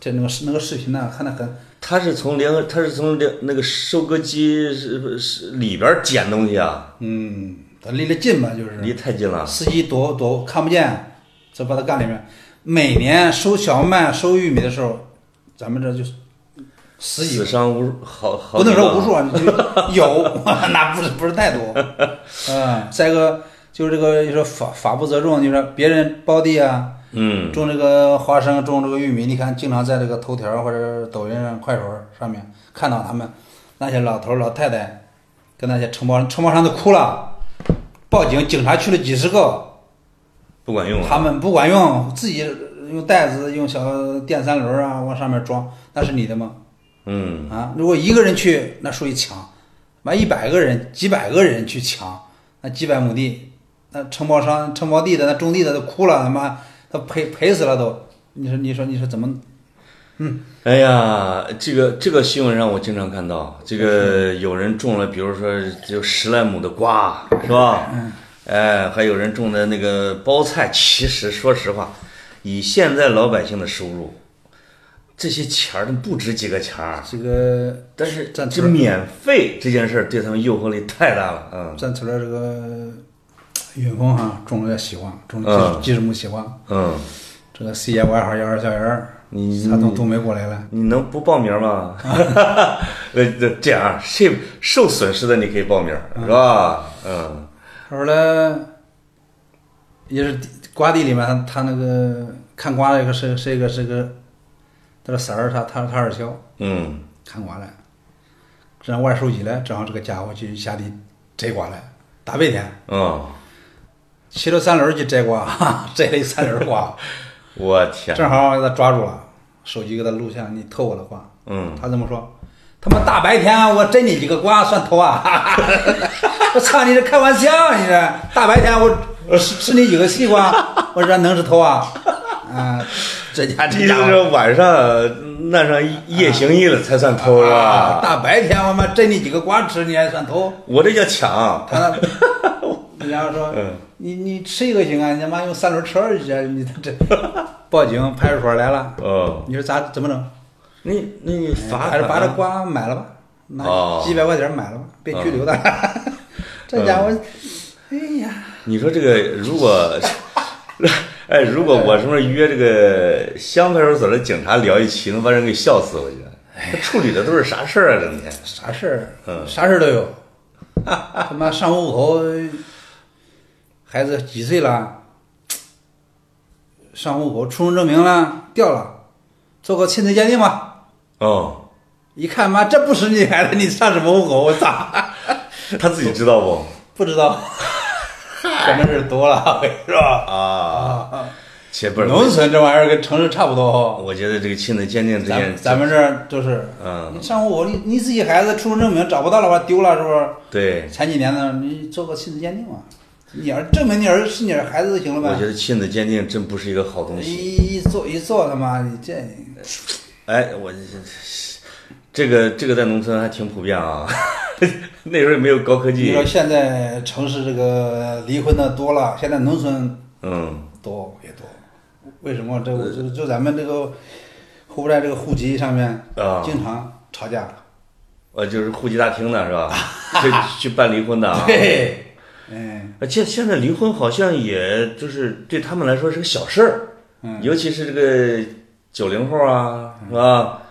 Speaker 2: 这那个视那个视频呢，看的很
Speaker 1: 他是从联合，他是从联那个收割机是是里边捡东西啊，
Speaker 2: 嗯，他离得近吧，就是
Speaker 1: 离太近了。
Speaker 2: 司机躲躲看不见，这把他干里面。每年收小麦、收玉米的时候，咱们这就是十几
Speaker 1: 死伤无数好好
Speaker 2: 不能
Speaker 1: 几个
Speaker 2: 说无数啊， 就有， 那不是不是太多，嗯，再一个就是这个，就说法法不责众，就是别人包地啊，
Speaker 1: 嗯，
Speaker 2: 种这个花生，种这个玉米，你看经常在这个头条或者抖音上、快手上面看到他们那些老头儿老太太跟那些承包承包商都哭了，报警，警察去了几十个，
Speaker 1: 不管用啊。
Speaker 2: 他们不管用，自己用袋子、用小电三轮啊往上面装，那是你的吗？
Speaker 1: 嗯，
Speaker 2: 啊，如果一个人去，那属于抢；完一百个人、几百个人去抢，那几百亩地，那承包商、承包地的、那种地的都哭了，他妈他赔赔死了都。你说，你说，你说怎么？
Speaker 1: 哎呀，这个这个新闻上我经常看到，这个有人种了，比如说就十来亩的瓜，是吧？
Speaker 2: 嗯
Speaker 1: 哎，还有人种的那个包菜。其实说实话，以现在老百姓的收入，这些钱儿都不值几个钱儿。
Speaker 2: 这个
Speaker 1: 但是
Speaker 2: 暂
Speaker 1: 这
Speaker 2: 时
Speaker 1: 免费这件事儿对他们诱惑力太大了，嗯
Speaker 2: 咱除了这个远峰哈种了点西瓜，种了几十几十亩西瓜，
Speaker 1: 嗯，
Speaker 2: 这个 C 幺 Y 号幺二校园儿，
Speaker 1: 你
Speaker 2: 他从东北过来了。
Speaker 1: 你能不报名吗？ 呃，这这样啊，受受损失的你可以报名，是吧？嗯
Speaker 2: 后来也是瓜地里面，他他那个看瓜的一个是是一个是一个，他的婶儿他他他二小
Speaker 1: 嗯。
Speaker 2: 看瓜了，让外收集了，正好这个家伙去下地摘瓜了，大白天
Speaker 1: 嗯，
Speaker 2: 骑着三轮去摘瓜， 哈哈摘了一三轮瓜，
Speaker 1: 我天，
Speaker 2: 正好给他抓住了，手机给他录像，你偷我的瓜，
Speaker 1: 嗯，
Speaker 2: 他这么说。他妈大白天啊我摘你几个瓜算偷啊！ 哈哈我操你这开玩笑啊，你这大白天我我吃吃你几个西瓜，我这能是偷啊？啊，这家
Speaker 1: 意
Speaker 2: 这
Speaker 1: 思就
Speaker 2: 家伙啊
Speaker 1: 是晚上弄上夜行衣了才算偷是
Speaker 2: 啊，
Speaker 1: 吧？
Speaker 2: 大白天我妈摘你几个瓜吃，你还算偷？
Speaker 1: 我这叫抢，
Speaker 2: 他 那，人家说
Speaker 1: 嗯
Speaker 2: 你你吃一个行啊，你他妈用三轮车去，你这报警派出所来了，
Speaker 1: 嗯，
Speaker 2: 你说咋怎么整？
Speaker 1: 那那你罚
Speaker 2: 啊还是
Speaker 1: 款
Speaker 2: 把这瓜买了吧，
Speaker 1: 啊哦嗯
Speaker 2: 拿几百块钱买了吧，别拘留他。 这家伙，哎呀，
Speaker 1: 你说这个如果，哎，如果我什么时候约这个乡派出所的警察聊一期，能把人给笑死，我觉得。他处理的都是啥事儿啊？整天，
Speaker 2: 啥事
Speaker 1: 嗯
Speaker 2: 儿，啥事儿都有。他妈上户口，孩子几岁了？上户口，出生证明了，掉了，做个亲子鉴定吧。
Speaker 1: 哦，
Speaker 2: 一看妈，这不是你孩子，你上什么户口？我操！
Speaker 1: 他自己知道不？
Speaker 2: 不知道，可能是多了，是吧？
Speaker 1: 啊，
Speaker 2: 啊，
Speaker 1: 且不是，
Speaker 2: 农村这玩意儿跟城市差不多哦。
Speaker 1: 我觉得这个亲子鉴定这
Speaker 2: 咱
Speaker 1: 件
Speaker 2: 们，咱们这儿就是，
Speaker 1: 嗯，
Speaker 2: 你上户口，你你自己孩子出生证明找不到的话丢了，是不
Speaker 1: 对
Speaker 2: 是？，前几年呢，你做个亲子鉴定嘛，你儿证明你儿是你儿孩子就行了
Speaker 1: 我觉
Speaker 2: 呗。
Speaker 1: 得亲子鉴定真不是一个好东西。
Speaker 2: 一一做一做，他妈你这
Speaker 1: 哎，我这这个这个在农村还挺普遍啊， 那时候也没有高科
Speaker 2: 你
Speaker 1: 技
Speaker 2: 说，现在城市这个离婚的多了，现在农村
Speaker 1: 嗯，
Speaker 2: 多也多，为什么这
Speaker 1: 呃
Speaker 2: 我就就咱们这个户部寨这个户籍上面
Speaker 1: 啊
Speaker 2: 经常吵架，
Speaker 1: 呃，就是户籍大厅的是 吧？去去办离婚的啊。
Speaker 2: 对，嗯，
Speaker 1: 而且现在离婚好像也就是对他们来说是个小事儿，
Speaker 2: 嗯
Speaker 1: 尤其是这个九零后啊，是吧？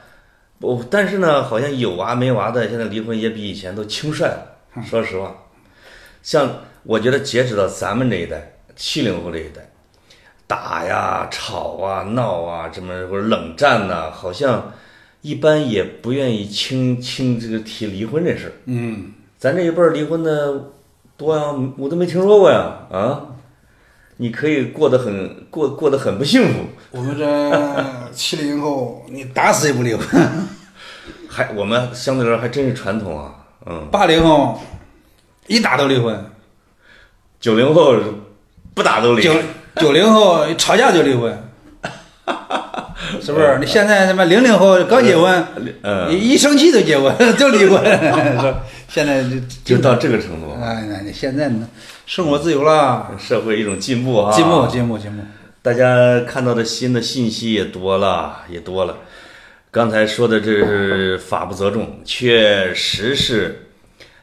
Speaker 1: 我但是呢，好像有娃没娃的，现在离婚也比以前都轻率了。
Speaker 2: 嗯
Speaker 1: 说实话，像我觉得截止到咱们这一代，七零后这一代，打呀、吵啊、闹啊，什么或者冷战呐、好像一般也不愿意轻轻这个提离婚这事儿。
Speaker 2: 嗯，
Speaker 1: 咱这一辈儿离婚的多呀，我都没听说过呀啊！你可以过得很过过得很不幸福，
Speaker 2: 我们这七零后你打死也不离婚，
Speaker 1: 还我们相对来说还真是传统啊，嗯，
Speaker 2: 八零后一打都离婚，
Speaker 1: 九零后不打都离
Speaker 2: 九，九零后吵架就离婚，是不是？你现在他妈零零后刚结婚，
Speaker 1: 嗯
Speaker 2: 一一生气就结婚， 就离婚，是吧现在就
Speaker 1: 就到这个程度，啊
Speaker 2: 哎，那你现在呢？生活自由了，
Speaker 1: 社会一种进步啊，
Speaker 2: 进步，进步，进步。
Speaker 1: 大家看到的新的信息也多了，也多了。刚才说的这是法不责众，确实是，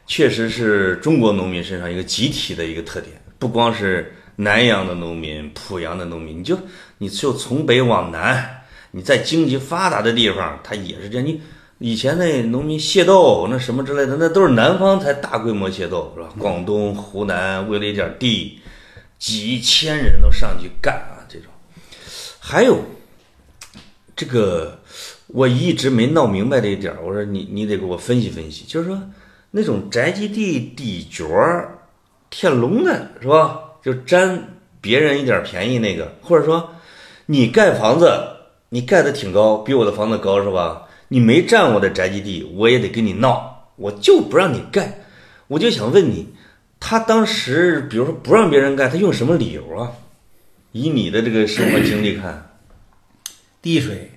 Speaker 1: 确实是中国农民身上一个集体的一个特点，不光是南阳的农民、濮阳的农民，你就你就从北往南，你在经济发达的地方，它也是这样。你以前那农民械斗那什么之类的，那都是南方才大规模械斗，是吧？广东、湖南为了一点地，几千人都上去干啊，这种。还有这个，我一直没闹明白这一点儿，我说你你得给我分析分析，就是说那种宅基地底角儿天龙的是吧？就占别人一点儿便宜那个，或者说你盖房子，你盖的挺高，比我的房子高是吧？你没占我的宅基地，我也得跟你闹，我就不让你盖。我就想问你，他当时比如说不让别人盖，他用什么理由啊？以你的这个生活经历看，
Speaker 2: 滴水，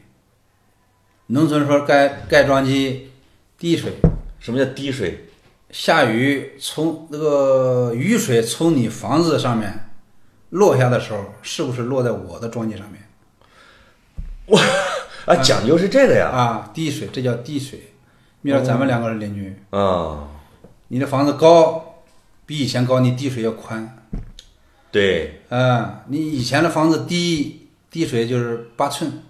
Speaker 2: 农村说盖盖庄基，滴水，
Speaker 1: 什么叫滴水？
Speaker 2: 下雨从那个雨水从你房子上面落下的时候，是不是落在我的庄稼上面
Speaker 1: 啊，讲究是这个呀。
Speaker 2: 啊？滴水，这叫滴水。比如说咱们两个人邻居，
Speaker 1: 啊，
Speaker 2: 你的房子高，比以前高，你滴水要宽。
Speaker 1: 对，
Speaker 2: 嗯，你以前的房子低，滴水就是八寸，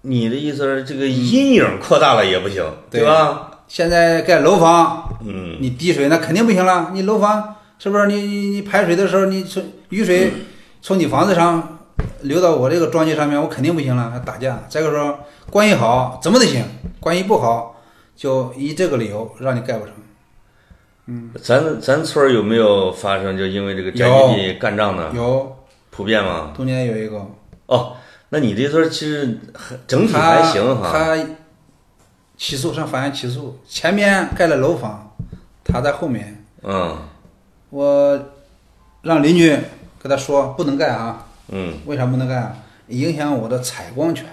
Speaker 1: 你的意思是这个阴影扩大了也不行，对吧？？
Speaker 2: 现在盖楼房，
Speaker 1: 嗯，
Speaker 2: 你滴水那肯定不行了。你楼房是不是你你你排水的时候，你从雨水
Speaker 1: 嗯
Speaker 2: 从你房子上流到我这个庄稼上面，我肯定不行了，还打架。再个说关系好怎么都行，关系不好就以这个理由让你盖不成。
Speaker 1: 咱咱村儿有没有发生就因为这个宅基地干仗的？
Speaker 2: 有
Speaker 1: 普遍吗？
Speaker 2: 中间有一个，
Speaker 1: 哦，那你这村儿其实很整体
Speaker 2: 他
Speaker 1: 还行哈。
Speaker 2: 他起诉上法院起诉，前面盖了楼房，他在后面。
Speaker 1: 嗯
Speaker 2: 我让邻居跟他说不能盖啊，
Speaker 1: 嗯，
Speaker 2: 为啥不能盖啊？影响我的采光权。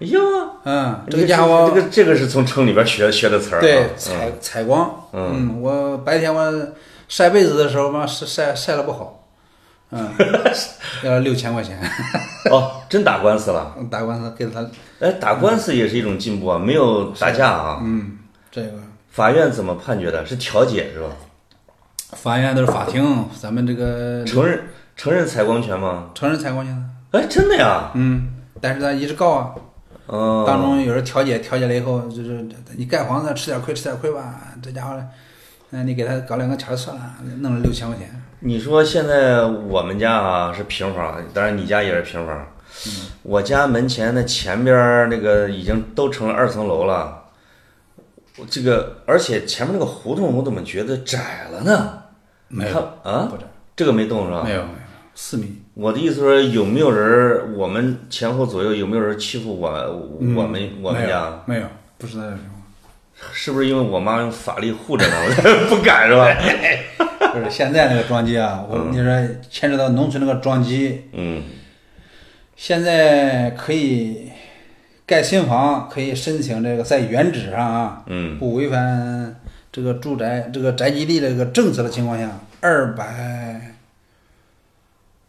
Speaker 1: 哎呦，
Speaker 2: 嗯，这
Speaker 1: 你
Speaker 2: 个家伙
Speaker 1: 这，个这个是从城里边学学的词儿啊。
Speaker 2: 对
Speaker 1: 嗯
Speaker 2: 采采光，
Speaker 1: 嗯
Speaker 2: 嗯，我白天我晒被子的时候嘛，晒晒晒了不好， 嗯，要六千块钱
Speaker 1: 哦，真打官司了。
Speaker 2: 打官司给了他，
Speaker 1: 哎，打官司也是一种进步啊，没有打架啊。
Speaker 2: 嗯，这个
Speaker 1: 法院怎么判决的？是调解是吧？
Speaker 2: 法院都是法庭，咱们这个
Speaker 1: 承认承认采光权吗？
Speaker 2: 承认采光权，
Speaker 1: 哎，真的呀？
Speaker 2: 嗯，但是他一直告啊，
Speaker 1: 嗯，
Speaker 2: 当中有人调解，调解了以后就是你盖房子吃点亏，吃点亏吧，这家伙，那你给他搞两个钱儿算了，弄了六千块钱，
Speaker 1: 你说现在我们家啊是平房，当然你家也是平房。我家门前的前边儿那个已经都成了二层楼了，我这个而且前面那个胡同我怎么觉得窄了呢？
Speaker 2: 没有
Speaker 1: 看啊，
Speaker 2: 不止，
Speaker 1: 这个没动是吧？
Speaker 2: 没有没有四米，
Speaker 1: 我的意思说有没有人儿，我们前后左右有没有人欺负我我们
Speaker 2: 嗯
Speaker 1: 我们家？
Speaker 2: 没有没有不知道有什么。
Speaker 1: 是不是因为我妈用法力护着呢？ 我不敢是吧？
Speaker 2: 就是现在那个装机啊，我你说牵扯到农村那个装机，
Speaker 1: 嗯，
Speaker 2: 现在可以盖新房，可以申请这个在原址上啊，
Speaker 1: 嗯，
Speaker 2: 不违反这个住宅这个宅基地这个政策的情况下，二百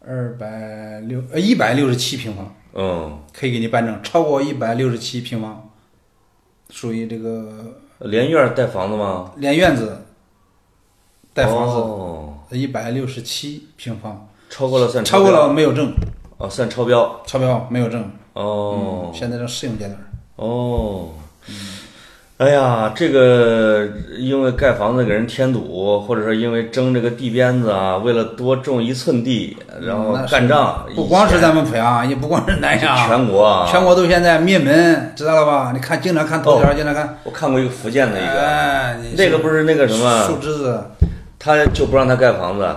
Speaker 2: 二百六呃一百六十七平方
Speaker 1: 嗯。
Speaker 2: 可以给你办证，超过一百六十七平方属于这个
Speaker 1: 连院儿带房子吗？
Speaker 2: 连院子带房子
Speaker 1: 哦，
Speaker 2: 一百六十七平方，
Speaker 1: 超过了算
Speaker 2: 超
Speaker 1: 标
Speaker 2: 过了没有证。
Speaker 1: 哦，算超标
Speaker 2: 超标没有证
Speaker 1: 哦、
Speaker 2: 嗯现在正试用阶段。
Speaker 1: 哦。哎呀，这个因为盖房子给人添堵，或者说因为争这个地边子啊，为了多种一寸地，然后
Speaker 2: 嗯那是
Speaker 1: 干仗，
Speaker 2: 不光是
Speaker 1: 以前
Speaker 2: 咱们濮阳， 也不光是南阳，
Speaker 1: 全国啊，
Speaker 2: 全。国都现在灭门，知道了吧？你看，经常看头条，经常看。
Speaker 1: 我看过一个福建的一哦个，
Speaker 2: 哎，你
Speaker 1: 那个不是那个什
Speaker 2: 树
Speaker 1: 么，
Speaker 2: 枝子，
Speaker 1: 他就不让他盖房子，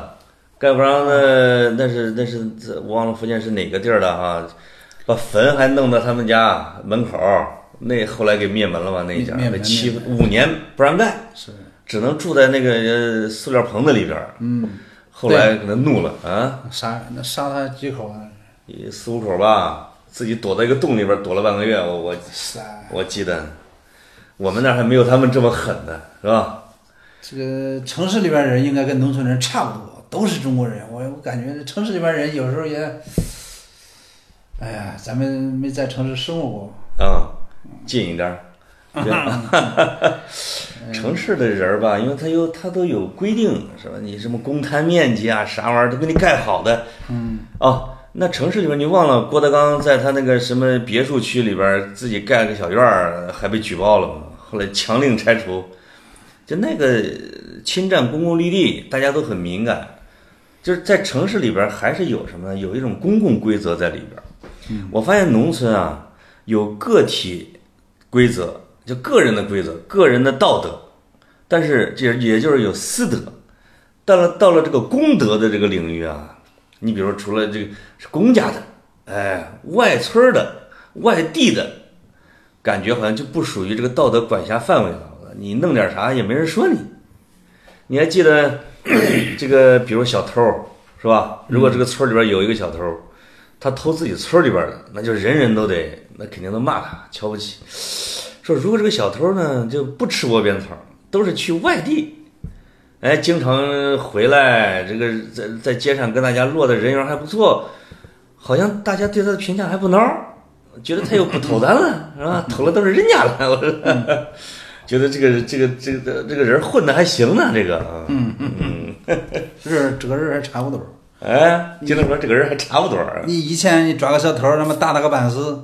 Speaker 1: 盖不让那那是那是这我忘了福建是哪个地儿了啊，把坟还弄到他们家门口儿，那后来给灭门了吧？那一家
Speaker 2: 灭灭
Speaker 1: 那
Speaker 2: 门
Speaker 1: 七
Speaker 2: 灭
Speaker 1: 五年不让盖，
Speaker 2: 是，
Speaker 1: 只能住在那个呃塑料棚子里边儿。
Speaker 2: 嗯，
Speaker 1: 后来可能怒了啊，
Speaker 2: 杀那杀他几口啊？
Speaker 1: 一四五口吧，自己躲在一个洞里边躲了半个月，我我
Speaker 2: 是啊，
Speaker 1: 我记得，我们那儿还没有他们这么狠呢，是吧？
Speaker 2: 这个城市里边人应该跟农村人差不多，都是中国人。我我感觉城市里边人有时候也，哎呀，咱们没在城市生活过，
Speaker 1: 啊、近一点儿。对城市的人儿吧，因为他有他都有规定，是吧？你什么公摊面积啊，啥玩意儿都给你盖好的。嗯。哦，那城市里边你忘了郭德纲在他那个什么别墅区里边儿自己盖了个小院儿，还被举报了嘛？后来强令拆除，就那个侵占公共绿地，大家都很敏感。就是在城市里边儿还是有什么呢？有一种公共规则在里边儿。我发现农村啊，有个体规则，就个人的规则、个人的道德，但是这也就是有私德。到了到了这个公德的这个领域啊，你比如说除了这个是公家的，哎，外村儿的、外地的，感觉好像就不属于这个道德管辖范围了。你弄点啥也没人说你。你还记得这个，比如小偷儿是吧？如果这个村儿里边有一个小偷儿，他偷自己村儿里边儿的，那就人人都得，那肯定都骂他，瞧不起。说如果这个小偷呢，就不吃窝边草，都是去外地，哎，经常回来，这个在在街上跟大家落的人缘还不错，好像大家对他的评价还不孬儿，觉得他又不偷咱了，是吧？偷了都是人家了， 我说，觉得这个这个这个这个人混的还行呢，这个，啊
Speaker 2: 是这个人还差不多。
Speaker 1: 哎，经常说这个人还差不多儿，
Speaker 2: 你以前你抓个小偷，那么打打个半死，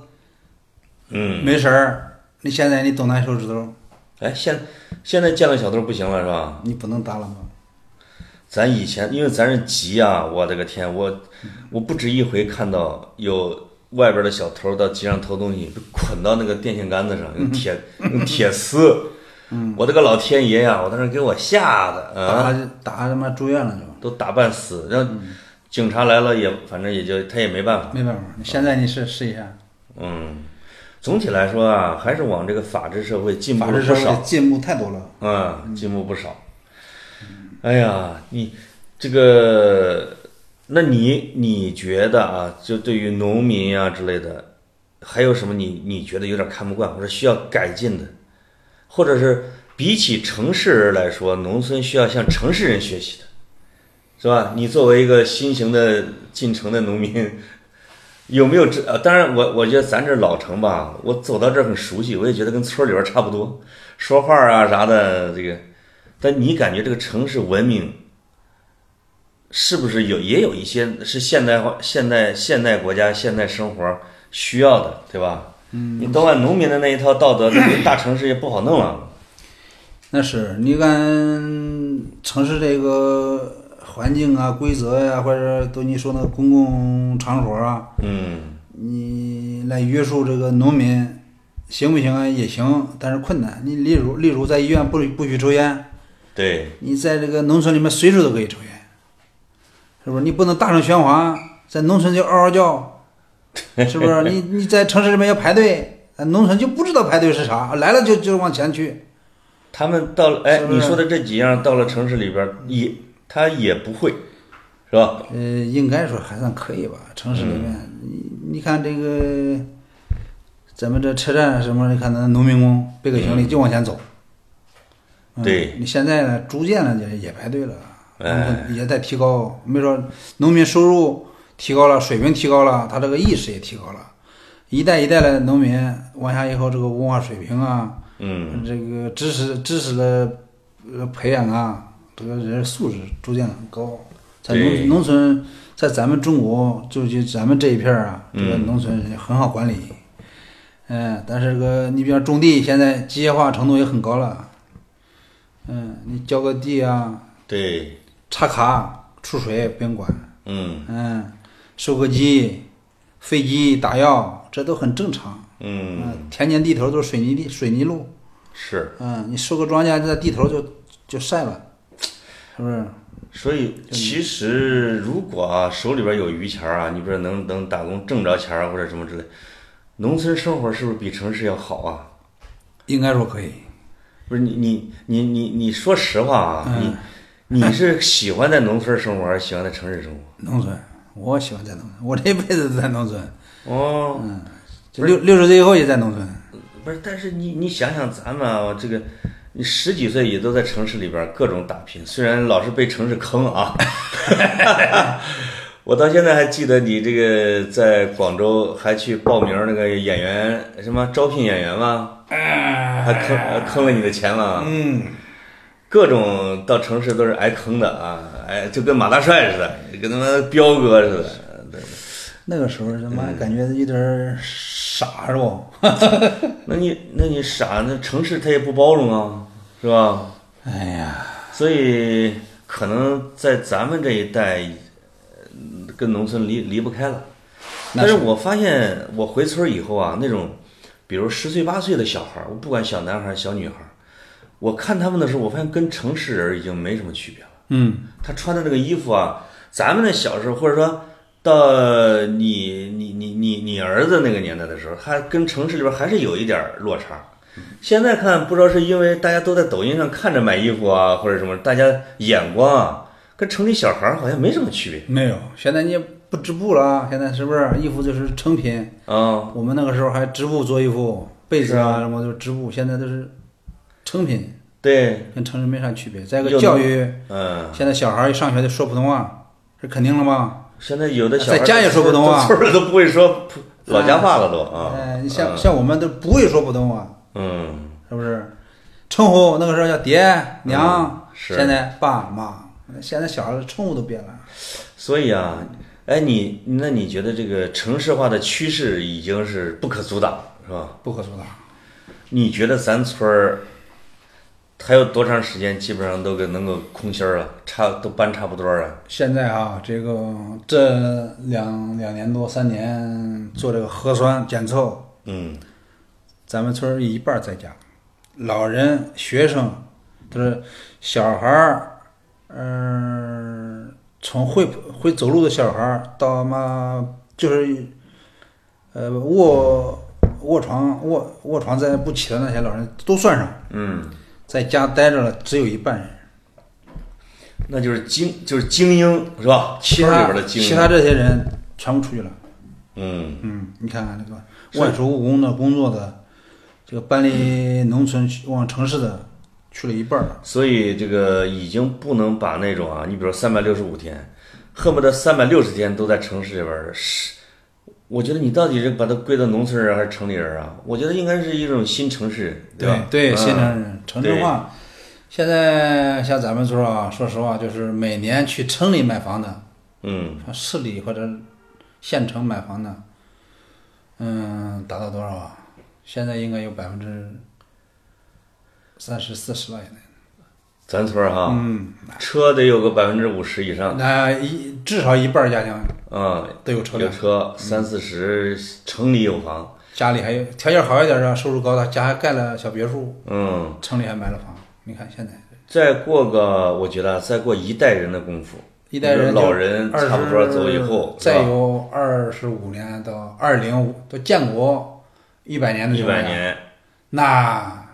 Speaker 1: 嗯，
Speaker 2: 没事儿。你现在你动他手指头，
Speaker 1: 哎，现现在见了小偷不行了是吧？
Speaker 2: 你不能打了吗？
Speaker 1: 咱以前因为咱是急啊，我的个天，我我不止一回看到有外边的小偷到街上偷东西，被捆到那个电线杆子上，用铁 用铁丝，
Speaker 2: 嗯
Speaker 1: 我的个老天爷呀！我当时给我吓的啊，
Speaker 2: 打打他妈住院了就，
Speaker 1: 都打半死，然后警察来了也反正也就他也没办法。
Speaker 2: 没办法。现在你试试一下，
Speaker 1: 嗯，总体来说啊，还是往这个法治社会进步
Speaker 2: 法
Speaker 1: 了
Speaker 2: 治
Speaker 1: 不
Speaker 2: 社
Speaker 1: 少。
Speaker 2: 会进步太多了。
Speaker 1: 嗯，进步不少。哎呀，你这个，那你你觉得啊，就对于农民啊之类的，还有什么你你觉得有点看不惯，或者需要改进的，或者是比起城市人来说，农村需要向城市人学习的，是吧？你作为一个新型的进城的农民。有没有这？呃，当然我，我觉得咱这老城吧，我走到这儿很熟悉，我也觉得跟村儿里边儿差不多。说话啊啥的，这个，但你感觉这个城市文明是不是有也有一些是现代化、现代现代国家、现代生活需要的，对吧？嗯，你都按农民的那一套道德，那你大城市也不好弄啊了。
Speaker 2: 那是你看城市这个环境啊、规则呀、或者都你说那个公共场所啊，
Speaker 1: 嗯
Speaker 2: 你来约束这个农民，行不行啊？也行，但是困难。你例如例如在医院不不许抽烟，，
Speaker 1: 对，
Speaker 2: 你在这个农村里面随处都可以抽烟，是不是？你不能大声喧哗，在农村就嗷嗷叫，是不是？你你在城市里面要排队，在农村就不知道排队是啥，来了就就往前去，
Speaker 1: 他们到了，哎，
Speaker 2: 是不是
Speaker 1: 你说的这几样到了城市里边儿也他也不会，是吧？
Speaker 2: 呃，应该说还算可以吧。城市里面，
Speaker 1: 嗯
Speaker 2: 你你看这个，咱们这车站什么的，你看咱农民工背个行李就往前走。嗯
Speaker 1: 对，
Speaker 2: 你现在呢，逐渐呢也也排队了，
Speaker 1: 哎
Speaker 2: 也在提高。没说农民收入提高了，水平提高了，他这个意识也提高了。一代一代的农民往下以后，这个文化水平啊，
Speaker 1: 嗯，
Speaker 2: 这个知识知识的呃培养啊，这个人素质逐渐很高。在
Speaker 1: 对
Speaker 2: 农农村，在咱们中国，就就咱们这一片儿啊，
Speaker 1: 嗯
Speaker 2: 这个农村也很好管理。嗯，但是这个你比方种地，现在机械化程度也很高了。嗯，你浇个地啊，
Speaker 1: 对，
Speaker 2: 插卡出水不用管。
Speaker 1: 嗯
Speaker 2: 嗯，收割机、飞机、打药，这都很正常。
Speaker 1: 嗯，
Speaker 2: 嗯，田间地头都是水泥地、水泥路。
Speaker 1: 是。
Speaker 2: 嗯，你收个庄稼在地头就就晒了，是不是？
Speaker 1: 所以其实如果啊手里边有余钱儿啊，你比如能能打工挣着钱儿或者什么之类，农村生活是不是比城市要好啊？
Speaker 2: 应该说可以。
Speaker 1: 不是你你你你你说实话啊，你你是喜欢在农村生活还是喜欢在城市生活？
Speaker 2: 农村，我喜欢在农村，我这辈子都在农村。
Speaker 1: 哦，
Speaker 2: 就六六十岁以后也在农村。
Speaker 1: 不是，但是你你想想咱们啊，这个你十几岁也都在城市里边各种打拼，虽然老是被城市坑啊。 我到现在还记得你这个在广州还去报名那个演员什么招聘演员吗？还坑坑了你的钱吗？
Speaker 2: 嗯，
Speaker 1: 各种到城市都是挨坑的啊，哎，就跟马大帅似的，跟他妈彪哥似的。对
Speaker 2: 那个时候他妈感觉有点儿傻是不？
Speaker 1: 那你那你傻，那城市他也不包容啊，是吧？
Speaker 2: 哎呀，
Speaker 1: 所以可能在咱们这一代，嗯跟农村离离不开了。
Speaker 2: 那
Speaker 1: 但
Speaker 2: 是
Speaker 1: 是我发现我回村儿以后啊，那种比如十岁八岁的小孩儿，我不管小男孩儿小女孩儿，我看他们的时候，我发现跟城市人已经没什么区别了。
Speaker 2: 嗯，
Speaker 1: 他穿的那个衣服啊，咱们那小时候，或者说到你你你你你儿子那个年代的时候，还跟城市里边还是有一点儿落差。现在看，不知道是因为大家都在抖音上看着买衣服啊，或者什么，大家眼光啊，跟城里小孩儿好像没什么区别
Speaker 2: 没有，现在你也不织布了啊，现在是不是衣服就是成品？
Speaker 1: 啊、
Speaker 2: 我们那个时候还织布做衣服，被子
Speaker 1: 是
Speaker 2: 啊什么就是织布，现在都是成品，
Speaker 1: 对，
Speaker 2: 跟城市没啥区别。再一
Speaker 1: 有
Speaker 2: 个
Speaker 1: 的
Speaker 2: 教育，
Speaker 1: 嗯，
Speaker 2: 现在小孩儿一上学就说普通话，是肯定了吗？
Speaker 1: 现在有的小孩儿
Speaker 2: 在家也说不通啊
Speaker 1: 村儿里都不会说普老家话了都啊。
Speaker 2: 哎，你像像我们都不会说普通话，
Speaker 1: 嗯，
Speaker 2: 是不是？称呼那个时候叫爹娘，
Speaker 1: 是
Speaker 2: 现在爸妈，现在小孩儿称呼都变了。
Speaker 1: 所以啊，哎，你那你觉得这个城市化的趋势已经是不可阻挡，是吧？
Speaker 2: 不可阻挡。
Speaker 1: 你觉得咱村儿还有多长时间，基本上都给能够空心儿了，差都搬差不多了？
Speaker 2: 现在啊，这个这两两年多三年做这个核酸检测，
Speaker 1: 嗯，
Speaker 2: 咱们村儿一半儿在家，老人、学生，就是小孩儿，嗯、从会会走路的小孩儿到妈就是，呃卧卧床卧卧床在不起的那些老人都算上，
Speaker 1: 嗯，
Speaker 2: 在家待着了只有一半人，
Speaker 1: 那就是精就是精英是吧？
Speaker 2: 其
Speaker 1: 村儿里
Speaker 2: 他
Speaker 1: 边的精英，
Speaker 2: 其他这些人全部出去了。
Speaker 1: 嗯，
Speaker 2: 嗯，你看看这
Speaker 1: 是
Speaker 2: 个外出务工的工作的，这个搬离农村去往城市的，去了一半儿了。
Speaker 1: 所以这个已经不能把那种啊，你比如三百六十五天，恨不得三百六十天都在城市里边儿，是，我觉得你到底是把它归到农村人还是城里人啊？我觉得应该是一种新城市，吧？
Speaker 2: 对，
Speaker 1: 嗯
Speaker 2: 新城人城镇化。现在像咱们村儿啊，说实话，就是每年去城里买房的，
Speaker 1: 嗯，
Speaker 2: 像市里或者县城买房的，嗯，达到多少啊？现在应该有百分之三十四十了，现在。
Speaker 1: 咱村儿哈、
Speaker 2: 嗯，
Speaker 1: 车得有个百分之五十以上。
Speaker 2: 那一至少一半儿家庭
Speaker 1: 嗯，
Speaker 2: 都有车
Speaker 1: 有
Speaker 2: 辆，嗯
Speaker 1: 车三四十，城里有房，
Speaker 2: 家里还有条件好一点儿的，收入高的家还盖了小别墅，
Speaker 1: 嗯，
Speaker 2: 城里还买了房。你看现在
Speaker 1: 再过个，我觉得啊再过一代人的功夫，
Speaker 2: 一代人就
Speaker 1: 老人差不多走以后，
Speaker 2: 20再有二十五年到二零五到建国一百年的
Speaker 1: 一
Speaker 2: 情况
Speaker 1: 百
Speaker 2: 下，
Speaker 1: 年，
Speaker 2: 那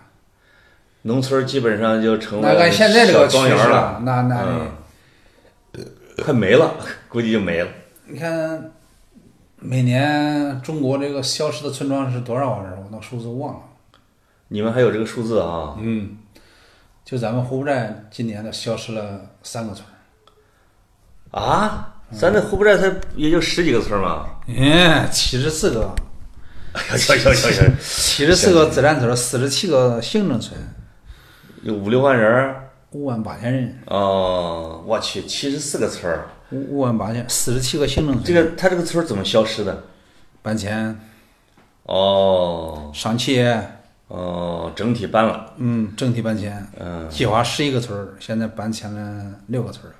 Speaker 1: 农村基本上就成
Speaker 2: 那
Speaker 1: 为
Speaker 2: 按现在这
Speaker 1: 小
Speaker 2: 个趋
Speaker 1: 庄
Speaker 2: 势
Speaker 1: 园了，
Speaker 2: 啊，那那、
Speaker 1: 嗯 快没了，估计就没了。
Speaker 2: 你看每年中国这个消失的村庄是多少人？我那数字忘了。
Speaker 1: 你们还有这个数字啊？
Speaker 2: 嗯，就咱们湖北站今年的消失了三个村儿。
Speaker 1: 啊，咱这湖北寨才也就十几个村儿嘛，
Speaker 2: 嗯，七十四个，
Speaker 1: 哎呀，行行行行，
Speaker 2: 七十四个自然村，四十七个行政村，
Speaker 1: 有五六万人儿
Speaker 2: 五万八千人，
Speaker 1: 哦，我去，七十四个村儿，
Speaker 2: 五五万八千，四十七个行政村。
Speaker 1: 这个他这个村儿怎么消失的？
Speaker 2: 搬迁、
Speaker 1: 哦
Speaker 2: 上企业，
Speaker 1: 哦，整体搬了。
Speaker 2: 嗯，整体搬迁，
Speaker 1: 嗯，
Speaker 2: 计划十一个村儿，现在搬迁了六个村儿，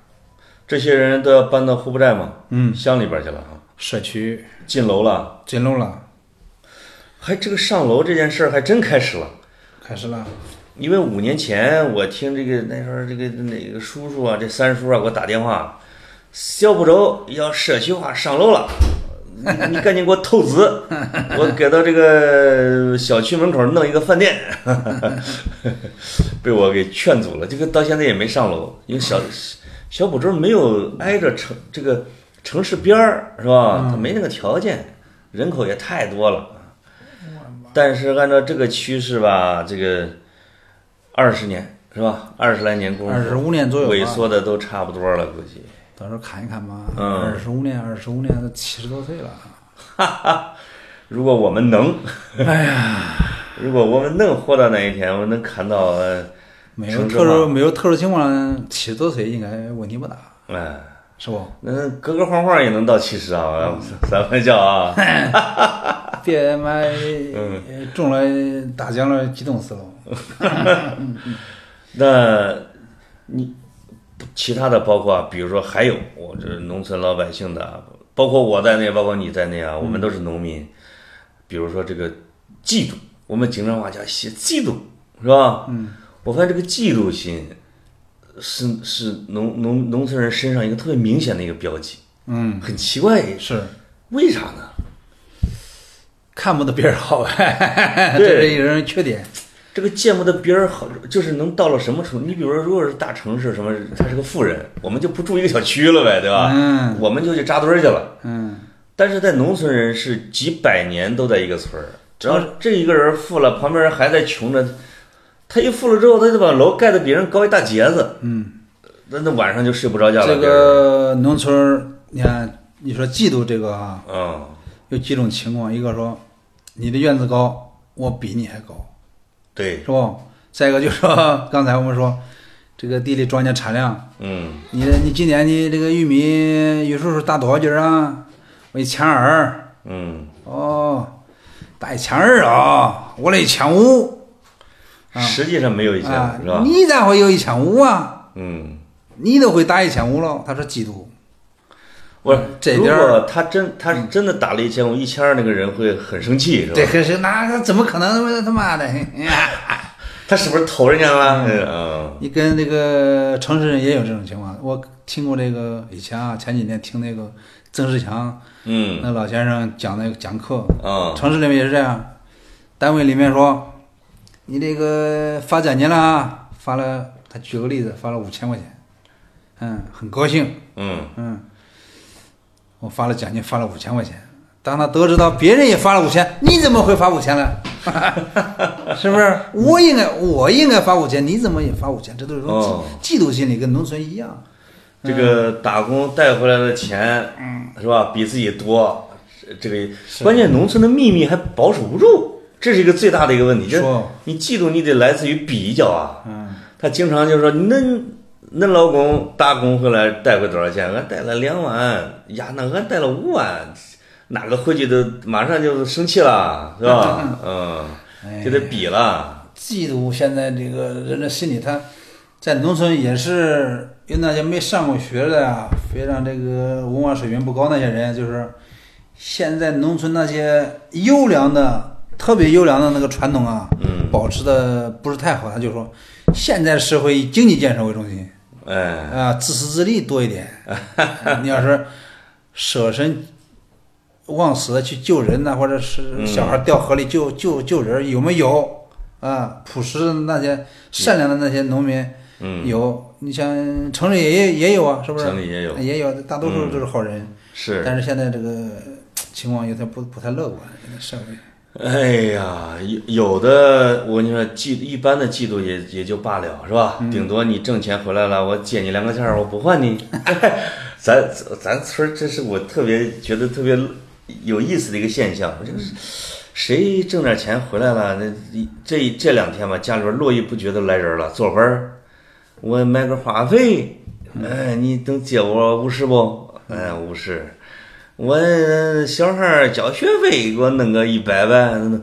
Speaker 1: 这些人都要搬到户部寨嘛，
Speaker 2: 嗯，
Speaker 1: 乡里边去了啊，
Speaker 2: 社区
Speaker 1: 进楼了，
Speaker 2: 进入了，
Speaker 1: 还这个上楼这件事儿还真开始了。
Speaker 2: 开始了，
Speaker 1: 因为五年前我听这个那时候这个哪个叔叔啊，这三叔啊给我打电话，要不着要社区化上楼了，你你赶紧给我透 资，我给到这个小区门口弄一个饭店， 被我给劝阻了。这个到现在也没上楼，因为
Speaker 2: 嗯
Speaker 1: 小小
Speaker 2: 嗯
Speaker 1: 浦州没有挨着城这个城市边儿是吧？他没那个条件，人口也太多了。
Speaker 2: 嗯
Speaker 1: 但是按照这个趋势吧，这个二十年是吧？二十来年功夫，
Speaker 2: 二十五年左右吧
Speaker 1: 萎缩的都差不多了，估计。
Speaker 2: 到时候看一看吧。
Speaker 1: 嗯
Speaker 2: 二十五年，二十五年都七十多岁了。
Speaker 1: 如果我们能，
Speaker 2: 哎呀，
Speaker 1: 如果我们能活到那一天，我们能看到，呃
Speaker 2: 没有
Speaker 1: 城市
Speaker 2: 特殊
Speaker 1: 化
Speaker 2: 没有特殊情况，七十多岁应该问题不大，
Speaker 1: 哎，
Speaker 2: 是不？
Speaker 1: 那隔隔晃晃也能到七十
Speaker 2: 嗯
Speaker 1: 啊，咱玩笑 啊，
Speaker 2: 别妈
Speaker 1: 嗯
Speaker 2: 中了大奖了，激动死了。
Speaker 1: 那你其他的包括啊，比如说还有我这农村老百姓的啊，包括我在内，包括你在内啊，
Speaker 2: 嗯
Speaker 1: 我们都是农民。比如说这个嫉妒，我们经常话叫写嫉妒，是吧？嗯，我发现这个嫉妒心是是农农农村人身上一个特别明显的一个标记，
Speaker 2: 嗯，
Speaker 1: 很奇怪，
Speaker 2: 是
Speaker 1: 为啥呢？
Speaker 2: 看不得别人好， 这
Speaker 1: 对
Speaker 2: 是一个人缺点。
Speaker 1: 这个见不得别人好，就是能到了什么程度？你比如说，如果是大城市什么，他是个富人，我们就不住一个小区了呗，对吧？
Speaker 2: 嗯
Speaker 1: 我们就去扎堆儿去了。
Speaker 2: 嗯，
Speaker 1: 但是在农村人是几百年都在一个村儿，只要这一个人富了，旁边人还在穷着，他一富了之后，他就把楼盖得比人高一大截子，
Speaker 2: 嗯，
Speaker 1: 那那晚上就睡不着觉了。
Speaker 2: 这
Speaker 1: 别人，
Speaker 2: 个农村儿，你看，你说嫉妒这个啊，
Speaker 1: 嗯，
Speaker 2: 有几种情况，一个说你的院子高，我比你还高，
Speaker 1: 对，
Speaker 2: 是不？再一个就说 刚才我们说这个地里庄稼产量，
Speaker 1: 嗯，
Speaker 2: 你的你今年你这个玉米玉叔叔打多少斤儿啊？我一千二，
Speaker 1: 嗯，
Speaker 2: 哦，打一千二啊，我了一千五啊
Speaker 1: 实际上没有一千，
Speaker 2: 啊
Speaker 1: 是吧，？
Speaker 2: 你咋会有一千五啊？
Speaker 1: 嗯，
Speaker 2: 你都会打一千五了，他说嫉妒，
Speaker 1: 我说
Speaker 2: 嗯这
Speaker 1: 如
Speaker 2: 边儿
Speaker 1: 果他真他是真的打了一千五，一千二那个人会很生气，是
Speaker 2: 这
Speaker 1: 吧？
Speaker 2: 可是那那怎么可能？他妈的！
Speaker 1: 他是不是投人家了？嗯，
Speaker 2: 你跟那个城市人也有这种情况。我听过这个以前啊，前几年听那个曾仕强
Speaker 1: 嗯，
Speaker 2: 那老先生讲那个讲课，
Speaker 1: 啊，
Speaker 2: 城市里面也是这样。单位里面说，你这个发奖金了啊，发了，他举个例子，发了五千块钱，嗯，很高兴，
Speaker 1: 嗯，
Speaker 2: 嗯，我发了奖金，发了五千块钱。当他得知到别人也发了五千，你怎么会发五千了？是不是？我应该，我应该发五千，你怎么也发五千？这都是种
Speaker 1: 哦
Speaker 2: 嫉嫉妒心理，跟农村一样。
Speaker 1: 这个打工带回来的钱，是吧？比自己多，这个关键农村的秘密还保守不住，这是一个最大的一个问题。就是
Speaker 2: 说
Speaker 1: 你嫉妒，你得来自于比较啊。
Speaker 2: 嗯，
Speaker 1: 他经常就说：“恁恁老公打工回来带回多少钱？俺带了两万，呀，那俺带了五万，哪个回去都马上就生气了，是 吧？
Speaker 2: 哎
Speaker 1: 嗯，就得比了。
Speaker 2: 嫉妒现在这个人的心理，他在农村也是有那些没上过学的啊，非常这个文化水平不高那些人，就是现在农村那些优良的、特别优良的那个传统啊，
Speaker 1: 嗯，
Speaker 2: 保持的不是太好，他就说现在社会以经济建设为中心
Speaker 1: 哎，
Speaker 2: 啊，自私自利多 一点。你要是舍身忘死地去救人呐、或者是
Speaker 1: 嗯
Speaker 2: 小孩掉河里救救救人，有没有啊？朴实的那些善良的那些农民
Speaker 1: 嗯，
Speaker 2: 有，你像城里也也有啊，是不是？
Speaker 1: 城里也有嗯
Speaker 2: 也有，大多数都是好人。
Speaker 1: 是。
Speaker 2: 但是现在这个情况有点不不太乐观，现在社会。
Speaker 1: 哎呀，有有的我跟你说，嫉一般的嫉妒也也就罢了，是吧？顶多你挣钱回来了，我借你两个钱儿，我不还你。 咱咱村儿，这是我特别觉得特别有意思的一个现象，就是谁挣点钱回来了，那这这两天吧，家里边络绎不绝的来人了，坐会儿，我买个话费，哎，你能借我五十不？哎，五十。我呃小孩儿交学费，给我弄个一百万。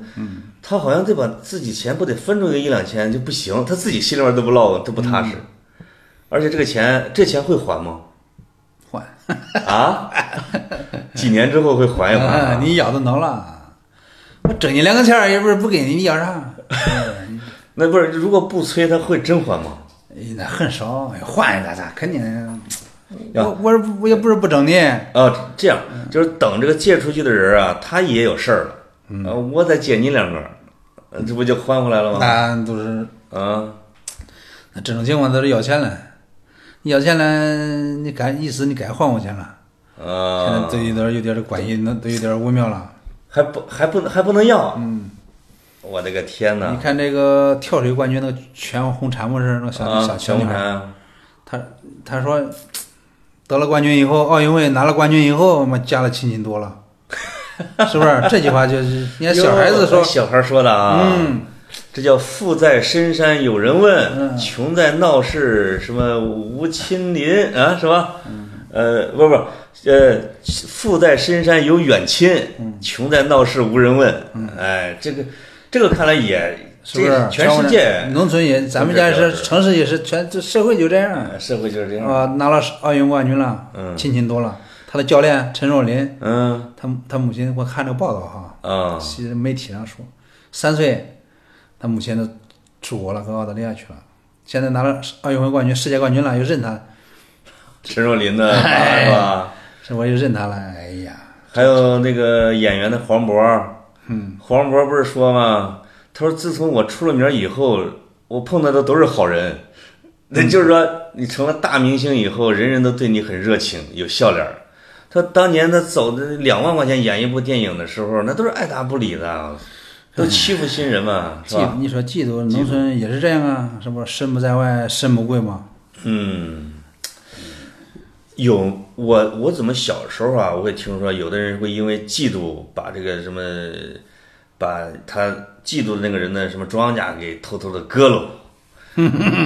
Speaker 1: 他好像得把自己钱不得分出个一两千就不行，他自己心里面都不落，都不踏实。而且这个钱，这钱会还吗？
Speaker 2: 换
Speaker 1: 啊？几年之后会还一还吗、
Speaker 2: 啊你咬着挠了，我整你两个钱儿，也不是不给你，你咬啥？嗯
Speaker 1: 那不是，如果不催，他会真还吗？
Speaker 2: 哎那很少，哎换一个咋？肯定。
Speaker 1: 呀
Speaker 2: 我我是我也不是不整你，
Speaker 1: 啊，这样就是等这个借出去的人啊，他也有事儿了。嗯、我再借你两个，呃这不就还回来了吗？
Speaker 2: 那都是
Speaker 1: 啊，
Speaker 2: 那这种情况都是要钱了，你要钱了，你该意思你该还我钱了。现在
Speaker 1: 啊，
Speaker 2: 都有点有点关系，那都有点微妙了。
Speaker 1: 还不还不还不能要，嗯，我的个天
Speaker 2: 你
Speaker 1: 哪！
Speaker 2: 看这个跳水冠军那个全红婵不是那个小、
Speaker 1: 啊，
Speaker 2: 小
Speaker 1: 全
Speaker 2: 小女
Speaker 1: 红
Speaker 2: 孩，
Speaker 1: 婵，
Speaker 2: 她她说得了冠军以后，奥运会拿了冠军以后，妈家里亲戚多 了，是不是？这句话就是你看小孩子说
Speaker 1: 哟，小孩说的啊，
Speaker 2: 嗯，
Speaker 1: 这叫富在深山有人问，
Speaker 2: 嗯
Speaker 1: 穷在闹市什么无亲邻啊，是吧？
Speaker 2: 嗯
Speaker 1: 呃，不不，呃，富在深山有远亲，
Speaker 2: 嗯
Speaker 1: 穷在闹市无人问。哎，这个这个看来也
Speaker 2: 是不是
Speaker 1: 这？全世界
Speaker 2: 农村也，咱们家也
Speaker 1: 都是
Speaker 2: 是，城市也是，全这社会就这样。
Speaker 1: 呃社会就是这样。
Speaker 2: 啊，拿了奥运冠军了，
Speaker 1: 嗯
Speaker 2: 亲戚多了。他的教练陈若琳，
Speaker 1: 嗯
Speaker 2: 他他母亲，我看这个报道哈，
Speaker 1: 啊
Speaker 2: 其实媒体上说，三岁，他母亲都出国了，跟澳大利亚去了。现在拿了奥运会冠军、世界冠军了，又认他，
Speaker 1: 陈若琳的答
Speaker 2: 哎
Speaker 1: 案是吧？
Speaker 2: 是我又认他了。哎呀，
Speaker 1: 还有那个演员的黄渤，嗯，黄渤不是说吗？他说自从我出了名以后，我碰到的都是好人，那就是说你成了大明星以后，人人都对你很热情，有笑脸儿。他当年他走的两万块钱演一部电影的时候，那都是爱答不理的，都欺负新人嘛，是
Speaker 2: 嫉
Speaker 1: 吧？
Speaker 2: 你说嫉妒，农村也是这样啊，是不是？身不在外，身不贵嘛。
Speaker 1: 嗯，有我我怎么小时候啊，我也听说有的人会因为嫉妒把这个什么，把他嫉妒的那个人的什么庄稼给偷偷的割 喽，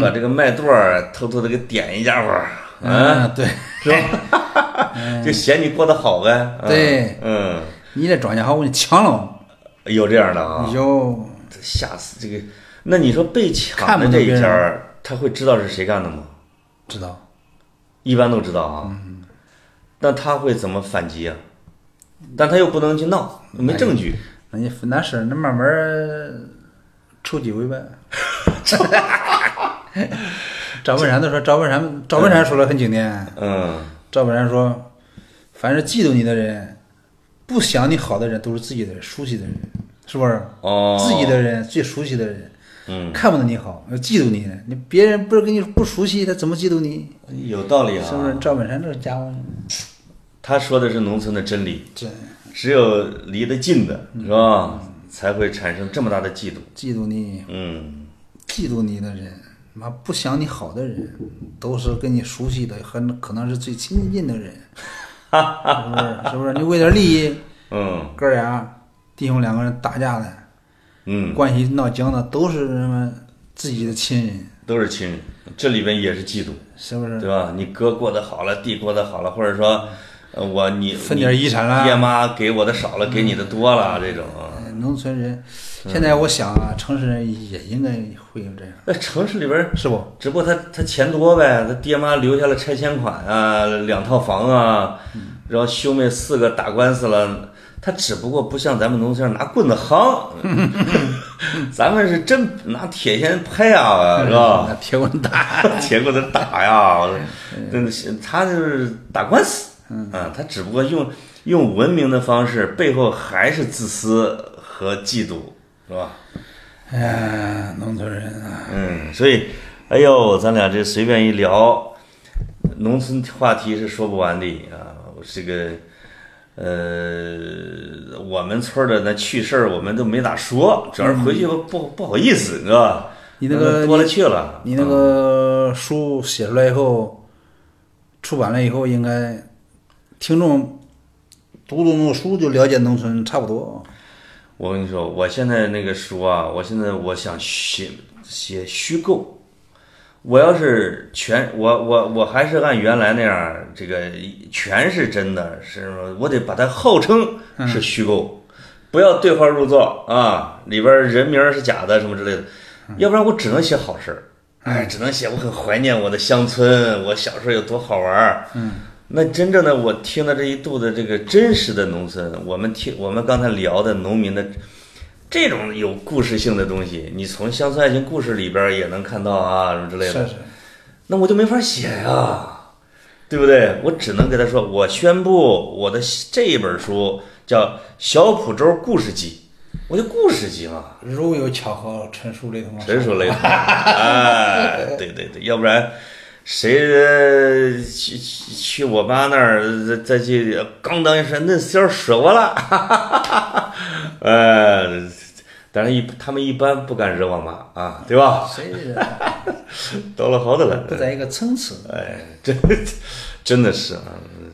Speaker 1: 把这个麦垛儿啊偷偷的给点一家伙儿，啊，
Speaker 2: 嗯，对，
Speaker 1: 是吧？就嫌你过得好呗。啊
Speaker 2: 哎对，
Speaker 1: 嗯，
Speaker 2: 你这庄稼好，我给你抢了，
Speaker 1: 有这样的啊，
Speaker 2: 哟，
Speaker 1: 这吓死这个。那你说被抢
Speaker 2: 嗯看不
Speaker 1: 的
Speaker 2: 得
Speaker 1: 这
Speaker 2: 别
Speaker 1: 一
Speaker 2: 人
Speaker 1: 家儿，他会知道是谁干的吗？
Speaker 2: 知道，
Speaker 1: 一般都知道啊。那他会怎么反击啊？但他又不能去闹，没证据。
Speaker 2: 那你那事儿，那慢慢儿处几回呗。 赵本山都说，赵本山，赵本山说了很经典。
Speaker 1: 嗯，
Speaker 2: 赵本山说，凡是嫉妒你的人，不想你好的人，都是自己的人，熟悉的人，是不是？
Speaker 1: 哦，
Speaker 2: 自己的人，最熟悉的人，
Speaker 1: 嗯，
Speaker 2: 看不得你好，要嫉妒你呢。你别人不是跟你不熟悉，他怎么嫉妒你？
Speaker 1: 有道理啊。
Speaker 2: 是不是？赵本山这家伙，
Speaker 1: 他说的是农村的真理，
Speaker 2: 这
Speaker 1: 只有离得近的是吧，才会产生这么大的嫉妒。
Speaker 2: 嫉妒你，
Speaker 1: 嗯，
Speaker 2: 嫉妒你的人，妈不想你好的人，都是跟你熟悉的，很可能是最亲近的人，是不是？是不是？你为点利益，
Speaker 1: 嗯，
Speaker 2: 哥俩弟兄两个人打架的，
Speaker 1: 嗯，
Speaker 2: 关系闹僵的，都是什么自己的亲人，
Speaker 1: 都是亲人，这里边也是嫉妒，
Speaker 2: 是不是？
Speaker 1: 对吧？你哥过得好了，弟过得好了，或者说，呃我你
Speaker 2: 分点遗产啦
Speaker 1: 你爹妈给我的少了，给你的多了，这种啊。
Speaker 2: 哎农村人，现在我想啊，城市人也应该会有这样，
Speaker 1: 那城市里边儿
Speaker 2: 是不？
Speaker 1: 只不过他他钱多呗，他爹妈留下了拆迁款啊，两套房啊，然后兄妹四个打官司了。他只不过不像咱们农村人拿棍子夯，咱们是真拿铁锨拍啊，是吧？
Speaker 2: 那铁棍打，
Speaker 1: 铁棍子打呀，真的是他就是打官司，啊，他只不过用用文明的方式，背后还是自私和嫉妒，是吧？
Speaker 2: 哎呀，农村人啊，
Speaker 1: 嗯，所以，哎呦，咱俩这随便一聊，农村话题是说不完的啊。这个，呃，我们村儿的那趣事儿我们都没咋说，主要是回去不、不不好意思，你知道吧？
Speaker 2: 你那个
Speaker 1: 嗯多了去了，
Speaker 2: 你那个书写出来以后，出版了以后，应该听众读读那个书就了解农村差不多。
Speaker 1: 我跟你说，我现在那个书啊，我现在我想写写虚构。我要是全我我我还是按原来那样儿，这个全是真的，是我得把它号称
Speaker 2: 嗯
Speaker 1: 是虚构，不要对号入座啊，里边儿人名儿是假的什么之类的，要不然我只能写好事儿，哎，只能写我很怀念我的乡村，我小时候有多好玩儿，那真正的我听了这一肚子这个真实的农村，我们听我们刚才聊的农民的这种有故事性的东西，你从乡村爱情故事里边也能看到啊，什么之类的。
Speaker 2: 是是，
Speaker 1: 那我就没法写呀、对不对？我只能给他说，我宣布我的这一本书叫《小浦州故事集》，我就故事集嘛。
Speaker 2: 如 有巧合，纯属雷同。
Speaker 1: 纯属雷同。哎，对对对，要不然谁呃去去去我妈那儿再再去，刚当一声，那厮儿舍我了， 哈哈哈哈呃，但是一他们一般不敢惹我妈啊，对吧？
Speaker 2: 谁
Speaker 1: 到了好的了，
Speaker 2: 不在一个层次？
Speaker 1: 哎，真真的是啊，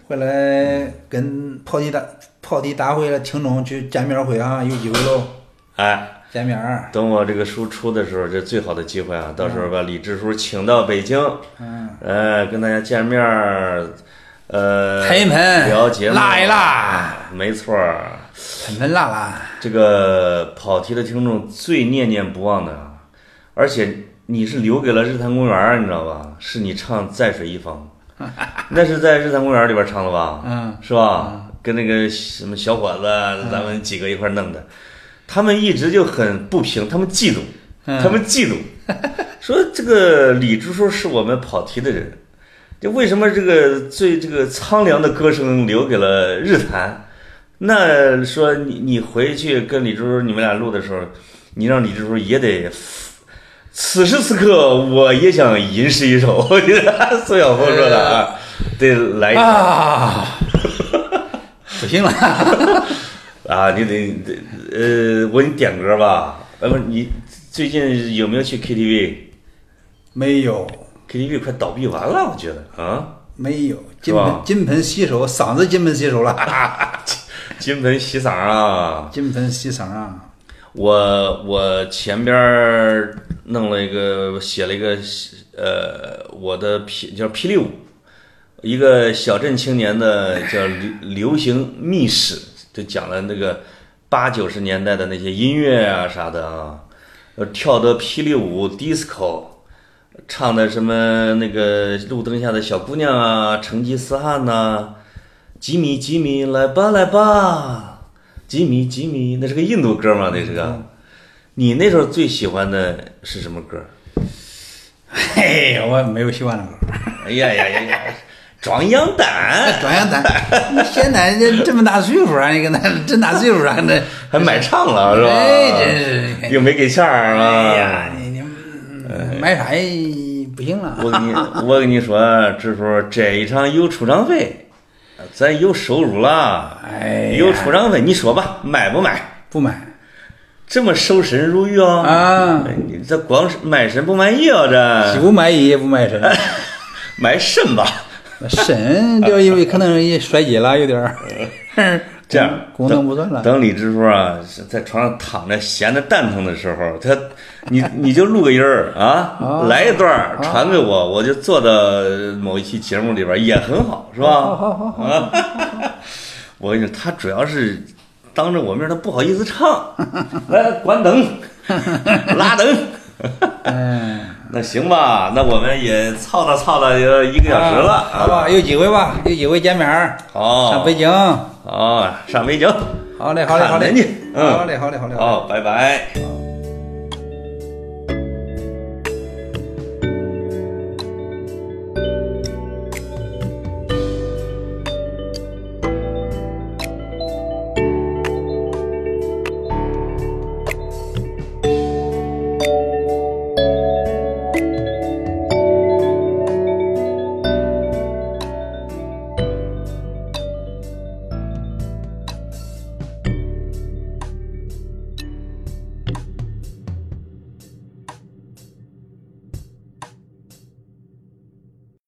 Speaker 2: 后来跟跑题大跑题大会的听众去见面会啊，有机会喽，
Speaker 1: 哎，
Speaker 2: 见面儿。
Speaker 1: 等我这个书出的时候，这最好的机会啊！到时候把李支书请到北京，
Speaker 2: 嗯，
Speaker 1: 呃，跟大家见面儿，呃，
Speaker 2: 喷一喷
Speaker 1: 聊节目，
Speaker 2: 辣一辣
Speaker 1: 哎没错儿。
Speaker 2: 喷喷辣辣，
Speaker 1: 这个跑题的听众最念念不忘的啊，而且你是留给了日坛公园儿，你知道吧？是你唱《在水一 方》，那是在日坛公园儿里边唱的吧？
Speaker 2: 嗯，
Speaker 1: 是吧？跟那个什么小伙子，咱们几个一块儿弄的，他们一直就很不平，他们嫉妒，
Speaker 2: 嗯
Speaker 1: 他们嫉妒，说这个李支书是我们跑题的人，就为什么这个最这个苍凉的歌声留给了日坛？那说你你回去跟李支书你们俩录的时候，你让李支书也得。此时此刻，我也想吟诗一首。 我觉得苏晓峰说的啊，得来一首。
Speaker 2: 啊， 不行了，
Speaker 1: 啊，你得得呃，我给你点歌吧。呃，不是，你最近有没有去 KTV？KTV
Speaker 2: 没有
Speaker 1: 快倒闭完了，我觉得啊，
Speaker 2: 没有，
Speaker 1: 是
Speaker 2: 金
Speaker 1: 吧
Speaker 2: 盆金盆洗手，嗓子金盆洗手了，
Speaker 1: 金盆洗嗓啊！
Speaker 2: 金盆洗嗓啊，
Speaker 1: 我我前边儿弄了一个，写了一个呃，我的霹叫霹雳舞，一个小镇青年的叫流流行秘史，就讲了那个八九十年代的那些音乐啊啥的啊，呃跳的霹雳舞、disco，唱的什么那个路灯下的小姑娘啊，成吉思汗呐、吉米吉米来吧来吧，吉米吉米，那是个印度歌嘛？那是个。
Speaker 2: 嗯
Speaker 1: 你那时候最喜欢的是什么歌？
Speaker 2: 嘿，我没有喜欢那个。
Speaker 1: 哎呀呀呀呀，壮阳胆
Speaker 2: 转阳丹，你现在这这么大岁数啊，你跟他这么大岁数啊， 那
Speaker 1: 还买唱了是吧？
Speaker 2: 哎真是
Speaker 1: 又没给钱儿啊！
Speaker 2: 哎呀，你你嗯买啥也不行啊了。
Speaker 1: 我跟你，我跟你说，支书这一场有出场费，咱有收入了，
Speaker 2: 哎呀
Speaker 1: 有出场费，你说吧，买不买？
Speaker 2: 不买
Speaker 1: 这么守身如玉哦！
Speaker 2: 啊，
Speaker 1: 你这光是卖身不卖艺啊？
Speaker 2: 既
Speaker 1: 这
Speaker 2: 不买艺也不买身，
Speaker 1: 买肾吧？
Speaker 2: 肾就因为可能也衰竭了，有点 儿
Speaker 1: 这样
Speaker 2: 嗯功能不算了。
Speaker 1: 等李支书啊是在床上躺着闲得蛋疼的时候，他 你你就录个音儿啊，来一段儿传给
Speaker 2: 啊
Speaker 1: 我，我就做到某一期节目里边儿也很好，是吧？
Speaker 2: 好好好
Speaker 1: 啊， 我跟你说，他主要是当着我面儿他不好意思唱， 来关灯，拉灯。
Speaker 2: 嗯，
Speaker 1: 那行吧，那我们也操叨操叨有一个小时了，
Speaker 2: 啊好吧，有机会吧，有机会见面儿，
Speaker 1: 好，
Speaker 2: 上北京。
Speaker 1: 好，上北京。
Speaker 2: 好嘞，好嘞，好
Speaker 1: 哦看
Speaker 2: 嘞
Speaker 1: 人家，嗯
Speaker 2: 好嘞，好嘞，好嘞，好嘞。
Speaker 1: 好，拜拜。
Speaker 2: 好